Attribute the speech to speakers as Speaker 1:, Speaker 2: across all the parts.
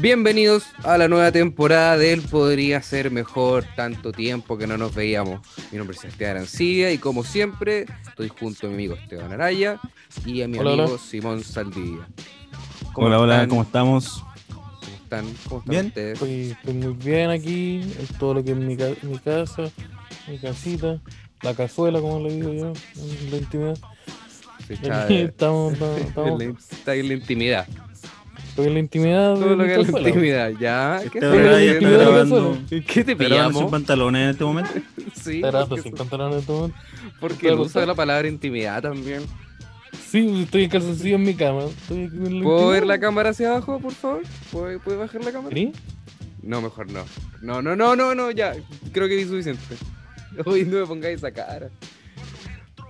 Speaker 1: Bienvenidos a la nueva temporada del Podría Ser Mejor, tanto tiempo que no nos veíamos. Mi nombre es Esteban Arancibia y como siempre estoy junto a mi amigo Esteban Araya y a mi
Speaker 2: Hola,
Speaker 1: amigo
Speaker 2: hola.
Speaker 1: Simón Saldivia. ¿Cómo
Speaker 3: Hola, hola,
Speaker 1: están?
Speaker 3: ¿cómo estamos?
Speaker 1: ¿Cómo están? ¿Cómo están
Speaker 3: Bien.
Speaker 1: ustedes?
Speaker 2: Estoy, estoy muy bien aquí, en todo lo que es mi, ca- mi casa, mi casita, la cazuela, como le digo yo, en la intimidad.
Speaker 1: Se echa
Speaker 2: Aquí
Speaker 1: de-
Speaker 2: estamos, estamos,
Speaker 1: en
Speaker 2: estamos-
Speaker 1: la- Está en la intimidad.
Speaker 2: estoy en la intimidad. de
Speaker 1: Todo lo
Speaker 2: mi
Speaker 1: que es la
Speaker 2: cazuela.
Speaker 1: intimidad, ya. ¿Qué,
Speaker 3: Este
Speaker 2: Estoy en la
Speaker 3: Araya está
Speaker 2: intimidad de la
Speaker 3: grabando,
Speaker 2: cazuela.
Speaker 1: ¿Qué te
Speaker 3: está grabando sin
Speaker 1: pillamos?
Speaker 3: pantalones en este momento.
Speaker 1: Sí,
Speaker 2: Está grabando sin
Speaker 1: porque,
Speaker 2: pantalones en este momento.
Speaker 1: porque el uso de la palabra intimidad también.
Speaker 2: Sí, estoy en calzoncillo en mi cama. Estoy aquí en
Speaker 1: ¿Puedo ver la
Speaker 2: intimidad.
Speaker 1: cámara hacia abajo, por favor? ¿Puedo, puedo bajar la cámara?
Speaker 2: ¿Querí?
Speaker 1: No, mejor no. No, no, no, no, no, ya. Creo que vi suficiente. Oye, no me pongáis esa cara.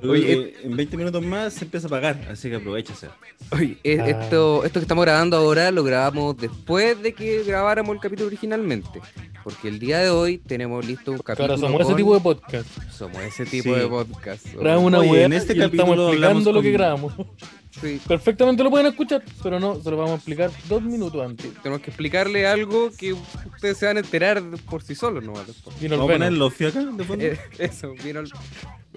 Speaker 1: Oye,
Speaker 3: Oye, eh, en 20 minutos más se empieza a pagar, así que aprovechase.
Speaker 1: Oye, e-
Speaker 2: Ah.
Speaker 1: esto, esto que estamos grabando ahora lo grabamos después de que grabáramos el capítulo originalmente. Porque el día de hoy tenemos listo un capítulo.
Speaker 2: Ahora somos ese
Speaker 1: con-
Speaker 2: tipo de podcast.
Speaker 1: Somos ese tipo
Speaker 3: Sí.
Speaker 1: de podcast.
Speaker 2: Grabamos una
Speaker 3: Oye,
Speaker 2: web
Speaker 3: en este
Speaker 2: y estamos explicando
Speaker 3: capítulo hablamos
Speaker 2: lo que
Speaker 3: con-
Speaker 2: grabamos.
Speaker 1: Sí,
Speaker 2: Perfectamente lo pueden escuchar, pero no, se lo vamos a explicar dos minutos antes.
Speaker 1: tenemos que explicarle algo que ustedes se van a enterar por sí solos, ¿no? Después.
Speaker 2: Vino
Speaker 3: ¿Vamos
Speaker 2: el
Speaker 3: a poner
Speaker 2: Veno.
Speaker 3: los fios acá de fondo?
Speaker 1: Eh, Eso, vino el,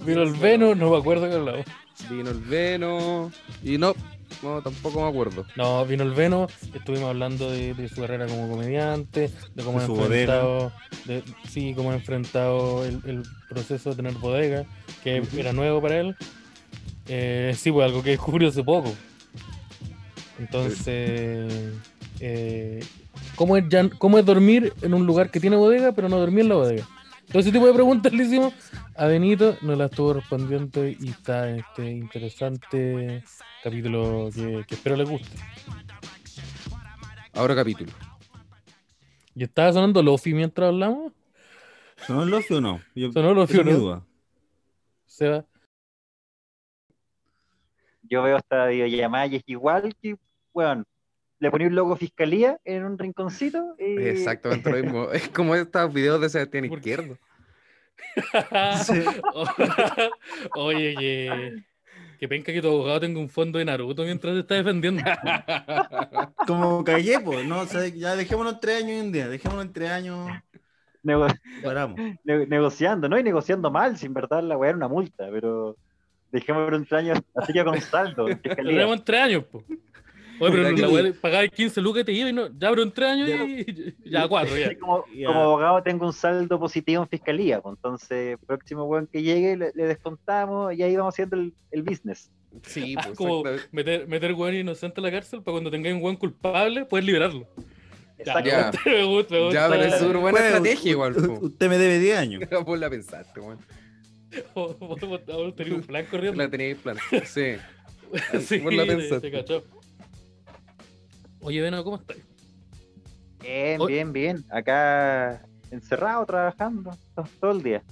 Speaker 2: Vino el Veno, no me acuerdo que hablamos.
Speaker 1: vino el Veno. Y no, no, tampoco me acuerdo.
Speaker 2: No, vino el Veno, estuvimos hablando de, de su carrera como comediante, de cómo
Speaker 3: De
Speaker 2: ha
Speaker 3: su bodega.
Speaker 2: enfrentado, de- sí, cómo ha enfrentado el, el proceso de tener bodega, que
Speaker 1: Ujú.
Speaker 2: era nuevo para él. Eh, sí, pues algo que descubrió hace poco. Entonces, eh, ¿cómo, es ya- ¿cómo es dormir en un lugar que tiene bodega, pero no dormir en la bodega? Todo ese tipo de preguntas le hicimos a Benito, nos la estuvo respondiendo y está este interesante capítulo que, que espero les guste.
Speaker 1: Ahora capítulo.
Speaker 2: ¿Y estaba sonando Lofi mientras hablamos?
Speaker 3: ¿Son los fios o no? Yo,
Speaker 2: Sonó Lofi,
Speaker 3: esa es mi
Speaker 2: ¿no?
Speaker 3: duda.
Speaker 2: Seba.
Speaker 4: yo veo esta videollamada y es igual que, weón, le ponía un logo fiscalía en un rinconcito y...
Speaker 1: Exactamente lo mismo. Es como estos videos de Sebastián
Speaker 2: ¿Por qué?
Speaker 1: Izquierdo.
Speaker 3: Sí.
Speaker 2: Oye, que, que penca que tu abogado tenga un fondo de Naruto mientras te está defendiendo.
Speaker 3: Como callé, pues, no, o sea, ya dejémonos tres años en día, dejémonos tres años,
Speaker 4: nego-
Speaker 3: paramos.
Speaker 4: ne- negociando, ¿no? Y negociando mal, sin verdad la weá era una multa, pero dejemos por un extraño, así que con saldo,
Speaker 2: Lo
Speaker 4: fiscalía.
Speaker 2: tenemos en tres años, po. Oye, pero
Speaker 1: Mira
Speaker 2: la
Speaker 1: que-
Speaker 2: weá, pagabas 15 lucas y te iba y no, ya, pero en tres años y ya cuatro, ya.
Speaker 4: Sí, como,
Speaker 3: Ya.
Speaker 4: como abogado tengo un saldo positivo en fiscalía, pues, entonces próximo weón que llegue le, le descontamos y ahí vamos haciendo el, el business.
Speaker 1: Sí,
Speaker 2: Ah,
Speaker 1: pues,
Speaker 2: como
Speaker 1: exactamente.
Speaker 2: meter, meter weón inocente a la cárcel para cuando tengáis un weón culpable, puedes liberarlo. Ya,
Speaker 4: Exacto.
Speaker 1: Ya.
Speaker 2: me gusta, me gusta.
Speaker 1: Ya, pero es una buena
Speaker 3: Pues,
Speaker 1: estrategia igual.
Speaker 3: u-
Speaker 1: po.
Speaker 3: Usted me debe 10 años.
Speaker 1: Vos la pensaste, weón.
Speaker 2: Vos- vos- vos- vos tenés un plan corriendo.
Speaker 1: La tenías plan. Sí.
Speaker 2: Sí,
Speaker 1: vos la
Speaker 2: te-
Speaker 1: pensaste.
Speaker 2: te cachó. Oye, Veno, ¿cómo estás?
Speaker 4: Bien,
Speaker 2: Oye.
Speaker 4: bien, bien. Acá encerrado, trabajando, to- todo el día.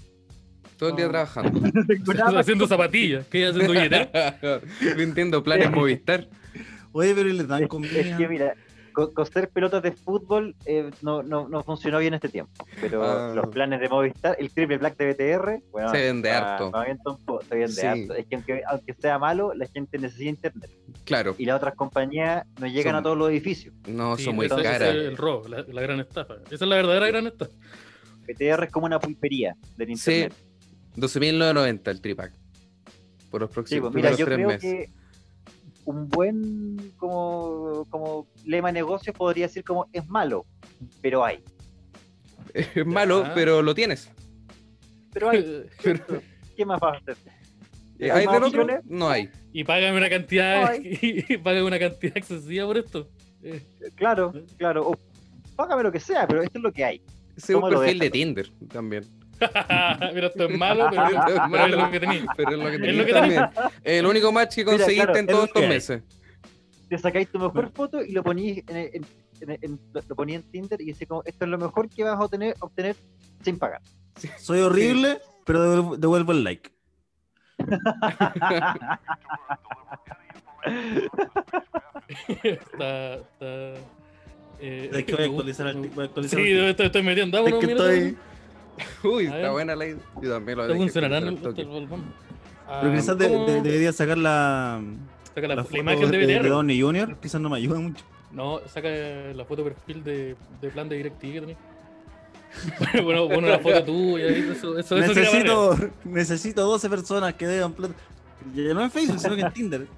Speaker 1: Todo el día
Speaker 2: Ah.
Speaker 4: No.
Speaker 1: trabajando.
Speaker 4: No tengo nada más
Speaker 2: haciendo zapatillas. ¿Qué haciendo billetera?
Speaker 1: Entiendo planes Movistar.
Speaker 3: Oye, pero les dan
Speaker 4: Es- Es que
Speaker 3: comida.
Speaker 4: mira, co- coser pelotas de fútbol eh, no, no, no funcionó bien este tiempo. Pero
Speaker 1: Ah.
Speaker 4: los planes de Movistar, el triple black de BTR, bueno,
Speaker 1: Se vende
Speaker 4: va-
Speaker 1: harto.
Speaker 4: va bien tonto, se vende
Speaker 1: Sí.
Speaker 4: harto. Es que aunque, aunque sea malo, la gente necesita internet.
Speaker 1: Claro,
Speaker 4: Y las otras compañías no llegan
Speaker 1: Son-
Speaker 4: a todos los edificios.
Speaker 1: no
Speaker 2: Sí,
Speaker 1: son muy
Speaker 2: ese- ese
Speaker 1: caras.
Speaker 2: es el robo, la, la gran estafa. Esa es la verdadera gran estafa.
Speaker 4: BTR es como una pulpería del
Speaker 1: Sí,
Speaker 4: internet.
Speaker 1: 12.990 el tripack. Por los
Speaker 4: Sí,
Speaker 1: próximos
Speaker 4: pues mira,
Speaker 1: primeros
Speaker 4: yo
Speaker 1: tres
Speaker 4: creo
Speaker 1: meses.
Speaker 4: que un buen como, como lema de negocio podría decir como es malo, pero hay.
Speaker 1: Es malo,
Speaker 2: Ya.
Speaker 1: pero lo tienes.
Speaker 4: Pero hay. ¿Qué más vas a hacer?
Speaker 1: Eh,
Speaker 4: ¿Hay
Speaker 1: ¿Hay
Speaker 4: más
Speaker 1: del otro?
Speaker 4: opciones?
Speaker 1: No hay.
Speaker 2: Y pagan una cantidad,
Speaker 4: Ay.
Speaker 2: y pagan una cantidad excesiva por esto. Eh,
Speaker 4: Claro, claro. o págame lo que sea, pero esto es lo que hay.
Speaker 1: Ese es un
Speaker 4: ¿Cómo lo
Speaker 1: perfil de
Speaker 4: dejas?
Speaker 1: Tinder también.
Speaker 2: Ah, Mira, esto es malo, pero,
Speaker 1: Esto es
Speaker 2: pero es
Speaker 1: malo.
Speaker 2: lo que tenía.
Speaker 1: Pero es lo que
Speaker 2: lo
Speaker 1: tenías
Speaker 2: que
Speaker 1: también. El único match que
Speaker 4: Mira,
Speaker 1: conseguiste
Speaker 4: claro,
Speaker 1: en
Speaker 3: es
Speaker 1: todos
Speaker 3: lo
Speaker 1: estos
Speaker 3: que hay.
Speaker 1: meses.
Speaker 4: te sacáis tu mejor foto y lo ponís en, en- en- en- lo- lo ponís en Tinder y decís como esto es lo mejor que vas a obtener, obtener sin pagar.
Speaker 3: Soy horrible, pero devuelvo- devuelvo el like.
Speaker 2: está, está, eh,
Speaker 3: Es que voy
Speaker 2: me gusta,
Speaker 3: a actualizar
Speaker 2: me
Speaker 3: el
Speaker 2: gusta.
Speaker 3: voy a actualizar
Speaker 2: Sí,
Speaker 3: el-
Speaker 2: yo estoy, estoy metiendo.
Speaker 3: Es
Speaker 2: Vámonos,
Speaker 3: que
Speaker 2: mira,
Speaker 3: estoy
Speaker 1: Uy,
Speaker 2: A
Speaker 1: está
Speaker 2: ver.
Speaker 1: buena la idea. Yo también lo
Speaker 2: esto
Speaker 1: dejé
Speaker 2: funcionará
Speaker 1: pensar al
Speaker 2: el-
Speaker 1: toque.
Speaker 2: el balcón. Ah,
Speaker 3: Pero quizás de-
Speaker 2: ¿cómo
Speaker 3: de- debería sacar la,
Speaker 2: saca la,
Speaker 3: la
Speaker 2: la
Speaker 3: foto
Speaker 2: imagen de
Speaker 3: de, de
Speaker 2: BTR?
Speaker 3: Downey Jr. Quizás no me ayuda mucho.
Speaker 2: No, saca la foto de perfil de, de plan de DirecTV que tenés. bueno, bueno, la foto tuya, y eso, eso, eso tira para
Speaker 3: necesito, necesito 12 personas que deban plata. Ya no en Facebook, sino que en Tinder.
Speaker 2: arriba.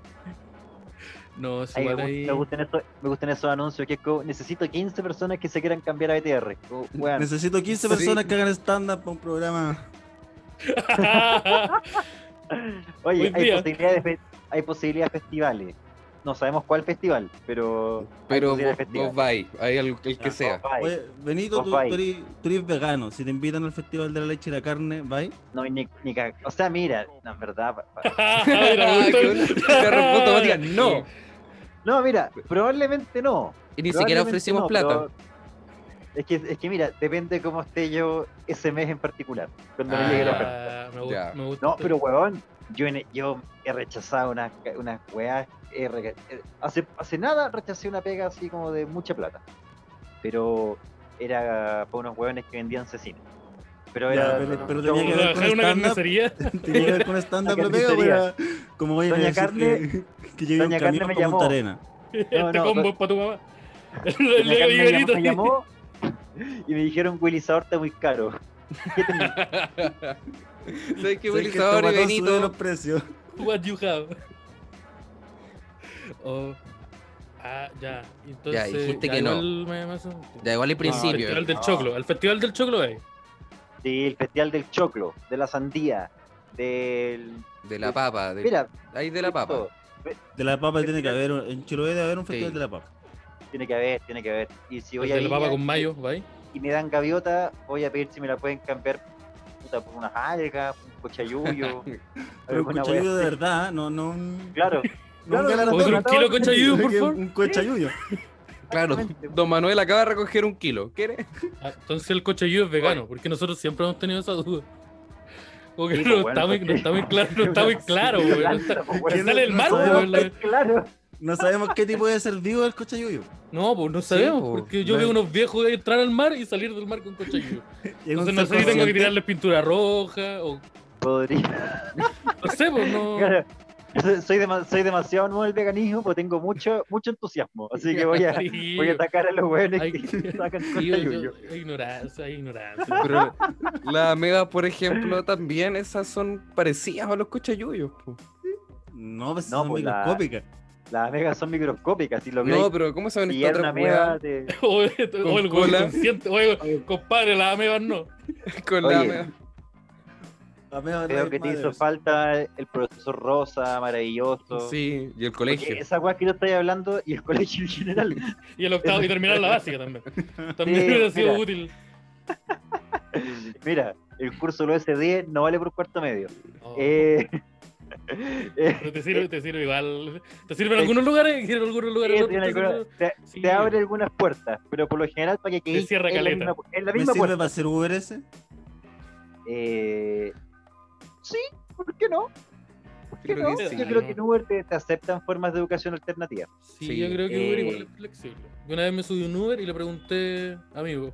Speaker 2: No, es
Speaker 4: Ay, me,
Speaker 2: igual
Speaker 4: gust-
Speaker 2: ahí.
Speaker 4: me gustan esos, me gustan esos anuncios que es como, necesito 15 personas que se quieran cambiar a BTR. Como, weón,
Speaker 3: Necesito
Speaker 1: Sí.
Speaker 3: 15 personas que hagan stand-up para un programa.
Speaker 2: Hoy
Speaker 4: oye, hay
Speaker 2: día.
Speaker 4: posibilidades, de, fe- hay posibilidades de festivales. No sabemos cuál festival, pero. hay
Speaker 1: Pero vos,
Speaker 4: posibilidades de
Speaker 1: vos
Speaker 4: festivales.
Speaker 1: vais, hay el, el que
Speaker 3: Ya,
Speaker 1: sea.
Speaker 4: Ah, No, bye.
Speaker 3: Oye, Benito,
Speaker 4: Vos
Speaker 3: tú,
Speaker 4: vais.
Speaker 3: tú eres, tú eres vegano. Si te invitan al Festival de la Leche y la Carne, bye.
Speaker 4: No, hay ni, ni cag- O sea, mira, no, en verdad. pa- pa-
Speaker 1: Ah, que una- una respuesta automática, no.
Speaker 4: No, mira, probablemente no.
Speaker 1: Y ni siquiera
Speaker 4: Probablemente
Speaker 1: ofrecimos
Speaker 4: no,
Speaker 1: plata.
Speaker 4: pero- Es que, es que mira, depende cómo esté yo ese mes en particular, cuando
Speaker 1: Ah,
Speaker 4: me llegue la oferta.
Speaker 2: Ah, me
Speaker 1: Ya.
Speaker 2: gusta, me gusta.
Speaker 4: No, pero weón, yo, en- e, yo he rechazado unas una weas. he rega- eh, hace, hace nada rechacé una pega así como de mucha plata. Pero era para unos weones que vendían cecina. Pero
Speaker 3: Ya,
Speaker 4: era.
Speaker 3: pero- pero
Speaker 4: yo-
Speaker 3: tenía que ver
Speaker 2: ¿Trabajar en una
Speaker 3: stand-up.
Speaker 2: carnicería?
Speaker 3: Tenía que ver con stand-up,
Speaker 4: La
Speaker 3: la pega,
Speaker 4: carnicería.
Speaker 3: pero como voy a
Speaker 4: Doña
Speaker 3: decir
Speaker 4: Carne-
Speaker 3: que, que llegue un
Speaker 4: Doña Carne
Speaker 3: camión
Speaker 4: me
Speaker 3: con
Speaker 4: llamó.
Speaker 3: Punta Arena.
Speaker 4: No,
Speaker 2: Este
Speaker 4: no,
Speaker 2: combo
Speaker 4: no.
Speaker 2: es para tu mamá.
Speaker 4: doña
Speaker 2: El Diego
Speaker 4: Carmen me llamó-
Speaker 2: Iberito.
Speaker 4: me llamó y me dijeron Willy Saor está muy caro. ¿Qué tenés?
Speaker 1: ¿Sabes qué,
Speaker 3: Sé que
Speaker 1: Willy
Speaker 3: este
Speaker 1: Sabor y
Speaker 3: guatón sube
Speaker 1: Benito?
Speaker 3: los precios.
Speaker 2: What you have. Oh. Ah, ya. Entonces,
Speaker 1: Ya, dijiste
Speaker 2: ya,
Speaker 1: que no.
Speaker 2: igual me- me hace-
Speaker 1: Ya, igual al
Speaker 2: Al
Speaker 1: principio.
Speaker 2: Festival del
Speaker 4: no.
Speaker 2: Choclo. Al Festival del Choclo hay.
Speaker 4: Sí, el festival del choclo, de la sandía, del.
Speaker 1: de la papa. De,
Speaker 4: Mira,
Speaker 1: ahí de la
Speaker 4: todo.
Speaker 1: papa.
Speaker 3: De la papa tiene que haber, en Chiloé debe haber un festival
Speaker 1: Sí.
Speaker 3: de la papa.
Speaker 4: Tiene que haber, tiene que haber. Y si voy
Speaker 2: El
Speaker 4: a
Speaker 2: Pues de la papa
Speaker 4: Viña,
Speaker 2: con mayo, ¿vai?
Speaker 4: y me dan gaviota, voy a pedir si me la pueden cambiar puta, por unas algas, un
Speaker 3: Pero
Speaker 4: cochayuyo.
Speaker 3: un
Speaker 4: alguna
Speaker 3: cochayuyo
Speaker 4: wea
Speaker 3: de
Speaker 4: así.
Speaker 3: verdad, ¿eh? no, no un...
Speaker 4: Claro,
Speaker 3: no un
Speaker 4: claro,
Speaker 3: galán
Speaker 4: no,
Speaker 3: ateo.
Speaker 2: Otro
Speaker 4: no,
Speaker 2: kilo
Speaker 4: no,
Speaker 2: con chayuyo, por
Speaker 3: Que
Speaker 2: favor.
Speaker 3: Un cochayuyo.
Speaker 1: Claro,
Speaker 4: Exactamente.
Speaker 1: don Manuel acaba de recoger un kilo. ¿Quieres?
Speaker 2: Ah, Entonces el cochayuyo es vegano, porque nosotros siempre hemos tenido esa duda. Como que
Speaker 4: Sí,
Speaker 2: no,
Speaker 4: pues,
Speaker 2: está muy,
Speaker 4: bueno,
Speaker 2: no está muy claro, no está muy claro,
Speaker 4: Sí,
Speaker 2: güey. No
Speaker 4: claro,
Speaker 2: está-
Speaker 4: pues, bueno,
Speaker 2: que sale el
Speaker 3: no
Speaker 2: mar,
Speaker 3: sabemos
Speaker 2: güey, la-
Speaker 4: Claro,
Speaker 3: No sabemos qué tipo de ser vivo es el cochayuyo.
Speaker 2: No, pues no sabemos,
Speaker 1: pues,
Speaker 2: porque yo
Speaker 3: no
Speaker 2: veo
Speaker 3: hay-
Speaker 2: unos viejos entrar al mar y salir del mar con cochayuyo.
Speaker 3: Y es un
Speaker 2: Entonces no sé
Speaker 3: ser
Speaker 2: si tengo que
Speaker 3: consciente.
Speaker 2: tirarles pintura roja o
Speaker 4: podría.
Speaker 2: no sé, pues no.
Speaker 4: claro. Soy, dema- soy demasiado nuevo al veganismo, pues tengo mucho, mucho entusiasmo. Así que voy a,
Speaker 2: Sí,
Speaker 4: voy a atacar a los hueones
Speaker 2: Ay,
Speaker 4: que sacan
Speaker 2: sí, yo- yo-
Speaker 4: cochayuyo.
Speaker 2: hay ignorancia, hay ignorancia.
Speaker 1: Pero las amigas, por ejemplo, también esas son parecidas a los cochayuyos. po.
Speaker 3: No, pues
Speaker 4: No,
Speaker 3: son
Speaker 4: pues, la-
Speaker 3: microscópicas.
Speaker 4: Las megas son microscópicas, si lo
Speaker 1: No, pero ¿cómo saben
Speaker 4: y
Speaker 1: esta
Speaker 4: era
Speaker 1: otra
Speaker 4: una
Speaker 1: weá?
Speaker 4: mega de...
Speaker 2: O, o el güey
Speaker 1: cola.
Speaker 2: consciente, oye, compadre, las amebas no.
Speaker 1: Con la
Speaker 4: Oye.
Speaker 1: mega-
Speaker 3: Amigo de
Speaker 4: Creo
Speaker 3: las
Speaker 4: que te hizo
Speaker 3: madres.
Speaker 4: falta el profesor Rosa, maravilloso.
Speaker 1: Sí, y el
Speaker 4: Porque
Speaker 1: colegio.
Speaker 4: Esa weá que yo estoy hablando y el colegio en general.
Speaker 2: Y el octavo, y terminar la básica también. También
Speaker 4: Sí,
Speaker 2: hubiera sido
Speaker 4: mira.
Speaker 2: útil.
Speaker 4: Mira, el curso del OS10 no vale por cuarto medio.
Speaker 2: No,
Speaker 4: Eh,
Speaker 2: pero te sirve, te sirve igual. Te sirve en algunos lugares, y en algunos lugares
Speaker 4: eh,
Speaker 2: no,
Speaker 4: tiene
Speaker 2: te
Speaker 4: alguna-
Speaker 2: sirve-
Speaker 4: te,
Speaker 2: sí.
Speaker 4: te abre algunas puertas, pero por lo general para que quedes
Speaker 2: cierra
Speaker 4: en la
Speaker 2: caleta.
Speaker 4: misma, pu- en la
Speaker 3: ¿Me
Speaker 4: misma
Speaker 3: sirve
Speaker 4: puerta.
Speaker 3: para hacer Uber ese?
Speaker 4: Eh, sí, ¿por qué no? ¿Por
Speaker 1: Yo
Speaker 4: qué
Speaker 1: creo
Speaker 4: no?
Speaker 1: que
Speaker 4: Yo
Speaker 1: sí.
Speaker 4: creo que en Uber te, te aceptan formas de educación alternativa.
Speaker 2: Sí,
Speaker 1: Sí.
Speaker 2: yo creo que Uber igual
Speaker 4: Eh.
Speaker 2: es flexible. Yo una vez me subí a un Uber y le pregunté, amigo,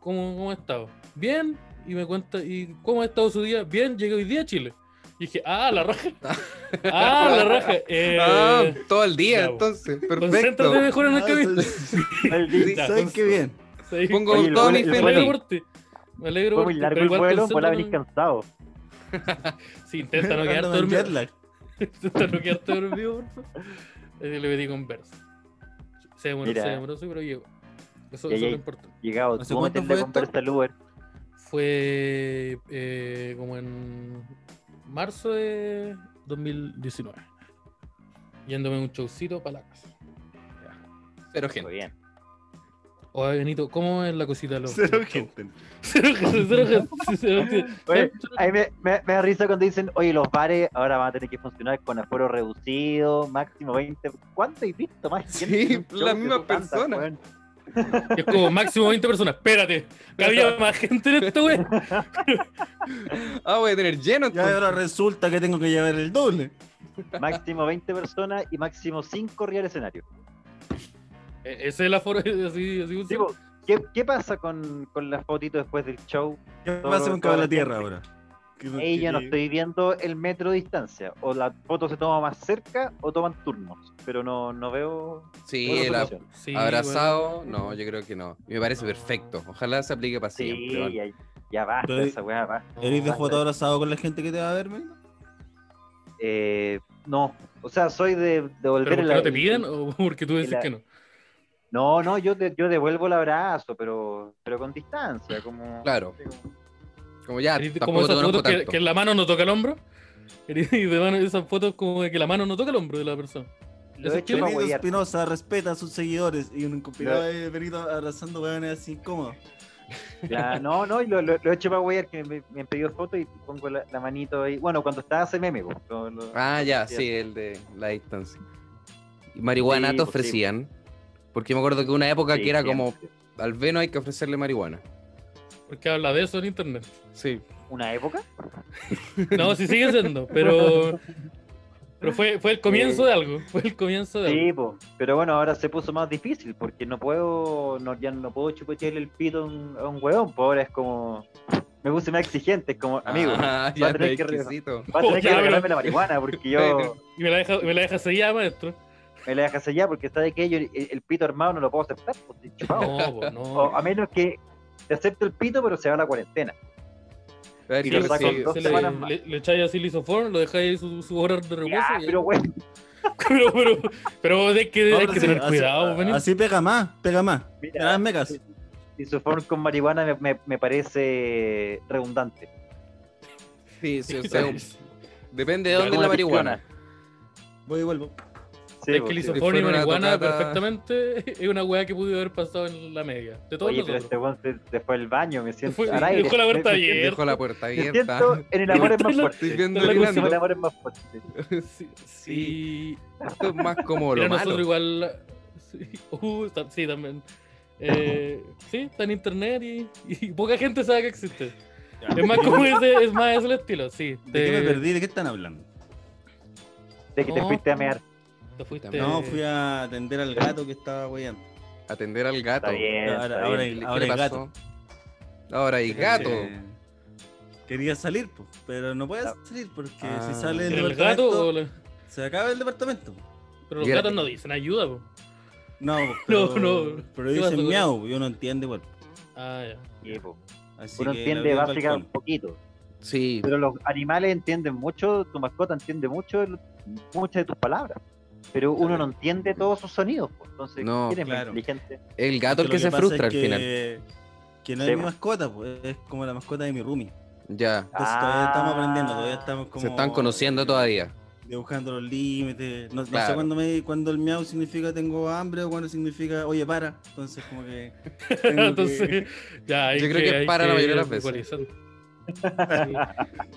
Speaker 2: ¿cómo, cómo ha estado? Bien, y me cuenta, ¿y cómo ha estado su día? Bien, llegué hoy día a Chile. Y dije, ah, la raja. ah, la raja. Eh,
Speaker 1: Ah, todo el día,
Speaker 2: ya, bo.
Speaker 1: entonces. Perfecto.
Speaker 2: concéntrate mejor en el
Speaker 3: Ah,
Speaker 2: camino.
Speaker 3: soy-
Speaker 4: El día-
Speaker 2: Ya, pues,
Speaker 3: ¿Sabes
Speaker 2: con-
Speaker 3: qué bien?
Speaker 2: Sí,
Speaker 1: Pongo
Speaker 4: Oye, el
Speaker 1: todo
Speaker 4: vuelo-
Speaker 1: mi
Speaker 4: el
Speaker 2: Me
Speaker 1: fe en
Speaker 4: vuelo-
Speaker 1: ti.
Speaker 2: alegro por ti. Me alegro
Speaker 4: Fue
Speaker 2: por
Speaker 4: muy
Speaker 2: ti,
Speaker 4: largo
Speaker 2: pero
Speaker 4: el
Speaker 2: igual
Speaker 4: vuelo,
Speaker 2: concéntrate
Speaker 4: vos la
Speaker 2: en-
Speaker 4: venís cansado.
Speaker 2: Sí, intenta no
Speaker 3: Ando
Speaker 2: quedarte
Speaker 3: con jet
Speaker 2: dormido.
Speaker 3: lag.
Speaker 2: Intenta no quedarte dormido, por favor. Así le pedí conversa. Se demoró,
Speaker 4: Mira.
Speaker 2: se demoró, sí, pero llegó. Eso, eso
Speaker 4: Ya,
Speaker 2: es
Speaker 4: ya.
Speaker 2: lo importante.
Speaker 4: Llegado,
Speaker 3: ¿Hace
Speaker 4: tú
Speaker 3: cuánto
Speaker 4: metes la
Speaker 3: fue esto?
Speaker 4: conversa al Uber.
Speaker 2: Fue eh, como en marzo de 2019. Yéndome a un showcito para la casa.
Speaker 1: Pero
Speaker 4: Muy
Speaker 1: gente.
Speaker 4: bien.
Speaker 2: Oye, Benito, ¿cómo es la cosita? de Los,
Speaker 3: Cero
Speaker 2: los shows?
Speaker 3: gente.
Speaker 2: Cero gente, cero gente, cero gente.
Speaker 4: Oye, a mí me, me- me da risa cuando dicen, oye, los bares ahora van a tener que funcionar con aforo reducido, máximo 20. ¿Cuánto y visto más?
Speaker 1: Sí,
Speaker 4: gente en un show
Speaker 1: la
Speaker 4: que
Speaker 1: misma
Speaker 4: tú cantas,
Speaker 1: persona.
Speaker 4: weón?
Speaker 2: Es como máximo 20 personas. Espérate, que había más gente en esto, güey.
Speaker 1: Ah, voy a tener lleno.
Speaker 3: Ya
Speaker 1: entonces.
Speaker 3: ahora resulta que tengo que llevar el doble.
Speaker 4: Máximo 20 personas y máximo 5 real escenario.
Speaker 2: E- Ese es el aforo, así, así un
Speaker 4: Tipo, ¿qué, qué pasa con, con las fotitos después del show?
Speaker 3: ¿Qué
Speaker 4: Todo-
Speaker 3: pasa con Cabo
Speaker 4: toda
Speaker 3: de
Speaker 4: la
Speaker 3: la Tierra
Speaker 4: gente.
Speaker 3: ahora?
Speaker 4: Ahí ya no estoy viendo el metro de distancia. O la foto se toma más cerca o toman turnos. Pero no, no veo.
Speaker 1: Sí,
Speaker 4: buena
Speaker 1: el ab-
Speaker 4: solución.
Speaker 2: Sí,
Speaker 1: abrazado, no, yo creo que no. Me parece perfecto. Ojalá se aplique para
Speaker 4: Sí,
Speaker 1: siempre. ¿vale?
Speaker 4: ya, ya basta,
Speaker 3: Estoy-
Speaker 4: esa weá basta.
Speaker 3: ¿Eres de
Speaker 4: Basta.
Speaker 3: foto abrazado con la gente que te va a ver, men?
Speaker 4: Eh, no, o sea, soy de
Speaker 2: ¿Pero
Speaker 4: devolver
Speaker 2: porque
Speaker 4: el
Speaker 2: no te
Speaker 4: el-
Speaker 2: piden o porque tú decís
Speaker 4: la-
Speaker 2: que no?
Speaker 4: No, no, yo, de- yo devuelvo el abrazo, pero, pero con distancia, como.
Speaker 1: Claro.
Speaker 4: Sí, como-
Speaker 1: Como ya,
Speaker 2: Eres de- Como
Speaker 1: Ah, tampoco te
Speaker 2: esas
Speaker 1: conozco
Speaker 2: fotos que,
Speaker 1: tanto.
Speaker 2: que la mano no toca el hombro. Eres de mano- esas fotos como de que la mano no toca el hombro de la persona.
Speaker 4: Lo
Speaker 2: Ese
Speaker 4: he hecho
Speaker 2: chile-
Speaker 4: para
Speaker 3: Benito
Speaker 4: huevear.
Speaker 3: Espinosa respeta a sus seguidores y un compilado
Speaker 4: Claro.
Speaker 3: de Benito abrazando hueones así incómodos.
Speaker 4: La- no, no, y lo, lo, lo he hecho para huevear, que me, me han pedido fotos y pongo la, la manito ahí. Bueno, cuando estaba ese meme, po, lo- lo-
Speaker 1: Ah, ya, sí,
Speaker 4: Sí.
Speaker 1: el de la distancia. Y marihuana
Speaker 4: Sí,
Speaker 1: te
Speaker 4: pues, sí.
Speaker 1: ofrecían. Porque me acuerdo que una época
Speaker 4: sí,
Speaker 1: que era
Speaker 4: siempre.
Speaker 1: como al veno hay que ofrecerle marihuana.
Speaker 2: Porque habla de eso en internet.
Speaker 1: Sí.
Speaker 4: ¿Una época?
Speaker 2: No, sí sigue siendo, pero. Pero fue, fue el comienzo de algo. Fue el comienzo de algo.
Speaker 4: Sí, po, pero bueno, ahora se puso más difícil porque no puedo, no, ya no puedo chupetearle el pito a un, a un huevón, pues ahora es como, me puse más exigente, es como, amigo, va
Speaker 1: Ah,
Speaker 4: va
Speaker 1: ya
Speaker 4: a tener
Speaker 1: está
Speaker 4: que re-
Speaker 1: exquisito.
Speaker 4: a tener
Speaker 2: Ya,
Speaker 4: que
Speaker 2: pero-
Speaker 4: regalarme la marihuana porque yo
Speaker 2: Y me la deja, me la deja sellada, maestro.
Speaker 4: me la dejas allá porque está de que yo el, el pito armado no lo puedo aceptar, pues, estoy chupado.
Speaker 2: No, po,
Speaker 4: O
Speaker 2: no.
Speaker 4: a menos que te acepte el pito, pero se va a la cuarentena.
Speaker 1: A ver,
Speaker 4: y
Speaker 1: yo
Speaker 4: lo saco
Speaker 1: recibo-
Speaker 4: dos
Speaker 2: Se
Speaker 4: semanas
Speaker 2: le,
Speaker 4: más.
Speaker 2: le, le echáis así lisoform, lo dejáis ahí su, su hora de reposo.
Speaker 4: Ya,
Speaker 2: y-
Speaker 4: pero bueno,
Speaker 2: pero, pero, pero hay que, hay
Speaker 3: No,
Speaker 2: que
Speaker 3: sí,
Speaker 2: tener
Speaker 3: así-
Speaker 2: cuidado, Benito.
Speaker 3: Así pega más, pega más. Te
Speaker 4: mira,
Speaker 3: das megas.
Speaker 4: si su forma con marihuana me, me- me parece redundante.
Speaker 1: Sí, sí, o sea, un- depende de
Speaker 2: Ya,
Speaker 1: dónde
Speaker 4: ¿cómo
Speaker 1: es la
Speaker 4: la
Speaker 1: marihuana.
Speaker 3: Voy y vuelvo.
Speaker 4: Sí,
Speaker 2: es
Speaker 4: po,
Speaker 2: que el
Speaker 4: sí.
Speaker 2: isoform
Speaker 1: Fue
Speaker 2: y
Speaker 1: una
Speaker 2: marihuana
Speaker 1: tocata.
Speaker 2: perfectamente es una weá que pudo haber pasado en la media. De todos
Speaker 4: Oye, pero
Speaker 2: nosotros.
Speaker 4: este weón se, se fue al baño, me siento
Speaker 2: Fue-
Speaker 4: al aire.
Speaker 2: dejó la puerta
Speaker 4: Me- me-
Speaker 2: abierta.
Speaker 1: Dejó la puerta
Speaker 4: me
Speaker 1: abierta.
Speaker 4: siento en el amor es más
Speaker 2: Estoy
Speaker 4: fuerte.
Speaker 1: Estoy viendo
Speaker 2: Está
Speaker 4: Me
Speaker 2: la
Speaker 4: siento en
Speaker 1: orinando.
Speaker 4: el amor es más fuerte.
Speaker 2: Sí,
Speaker 1: Sí.
Speaker 2: sí.
Speaker 1: Esto es más como
Speaker 2: Mira,
Speaker 1: lo
Speaker 2: nosotros
Speaker 1: malo.
Speaker 2: igual. Sí, uh, está- sí, también. Eh, sí, está en internet y, y poca gente sabe que existe. Es más como ese, es más ese el estilo, sí.
Speaker 3: ¿De
Speaker 2: te-
Speaker 3: qué me perdí? ¿De qué están hablando?
Speaker 4: De que te
Speaker 2: No.
Speaker 4: fuiste a mear.
Speaker 2: te fuiste-
Speaker 3: No, fui a atender al gato que estaba hueando.
Speaker 1: Atender al gato.
Speaker 4: Está bien.
Speaker 3: Ahora,
Speaker 4: está
Speaker 3: ahora,
Speaker 4: bien.
Speaker 1: ¿Qué le
Speaker 3: ahora el gato.
Speaker 1: pasó? Ahora hay gato.
Speaker 3: Eh, Quería salir, pues, pero no puedes
Speaker 4: Ah.
Speaker 3: salir porque
Speaker 1: Ah.
Speaker 3: si sale del
Speaker 2: ¿El
Speaker 3: departamento,
Speaker 2: gato o la-
Speaker 3: se acaba el departamento.
Speaker 2: Pero los
Speaker 1: Mira.
Speaker 2: gatos no dicen ayuda, po.
Speaker 3: No, pero,
Speaker 2: no.
Speaker 3: pero
Speaker 2: ¿Qué pasó
Speaker 3: dicen
Speaker 2: con
Speaker 3: miau, yo no entiendo igual.
Speaker 2: Ah, ya.
Speaker 4: Sí, po.
Speaker 3: Así
Speaker 4: Uno
Speaker 3: que la
Speaker 4: entiende
Speaker 3: abrí al
Speaker 4: básica un
Speaker 3: balcón.
Speaker 4: poquito.
Speaker 1: Sí,
Speaker 4: Pero los animales entienden mucho, tu mascota entiende mucho el- muchas de tus palabras. Pero uno no entiende todos sus sonidos. po. Entonces,
Speaker 1: No,
Speaker 4: ¿quién es más
Speaker 3: claro.
Speaker 4: inteligente?
Speaker 1: el gato el
Speaker 3: Lo
Speaker 1: que se
Speaker 3: pasa
Speaker 1: frustra al
Speaker 3: es
Speaker 1: final.
Speaker 3: que- Que no
Speaker 4: Sí,
Speaker 3: es mi
Speaker 4: po.
Speaker 3: mascota, pues, es como la mascota de mi roomie.
Speaker 1: Ya.
Speaker 3: Entonces todavía estamos
Speaker 4: Ah.
Speaker 3: aprendiendo, todavía estamos como.
Speaker 1: Se están conociendo todavía.
Speaker 3: Dibujando los límites. No, no
Speaker 1: Claro.
Speaker 3: sé cuándo, me, cuando el miau significa tengo hambre o cuando significa oye para. Entonces, como que. tengo que-
Speaker 2: Entonces, ya, hay
Speaker 1: Yo creo que
Speaker 2: hay
Speaker 1: para la mayoría de las veces.
Speaker 2: ecualizar. Sí.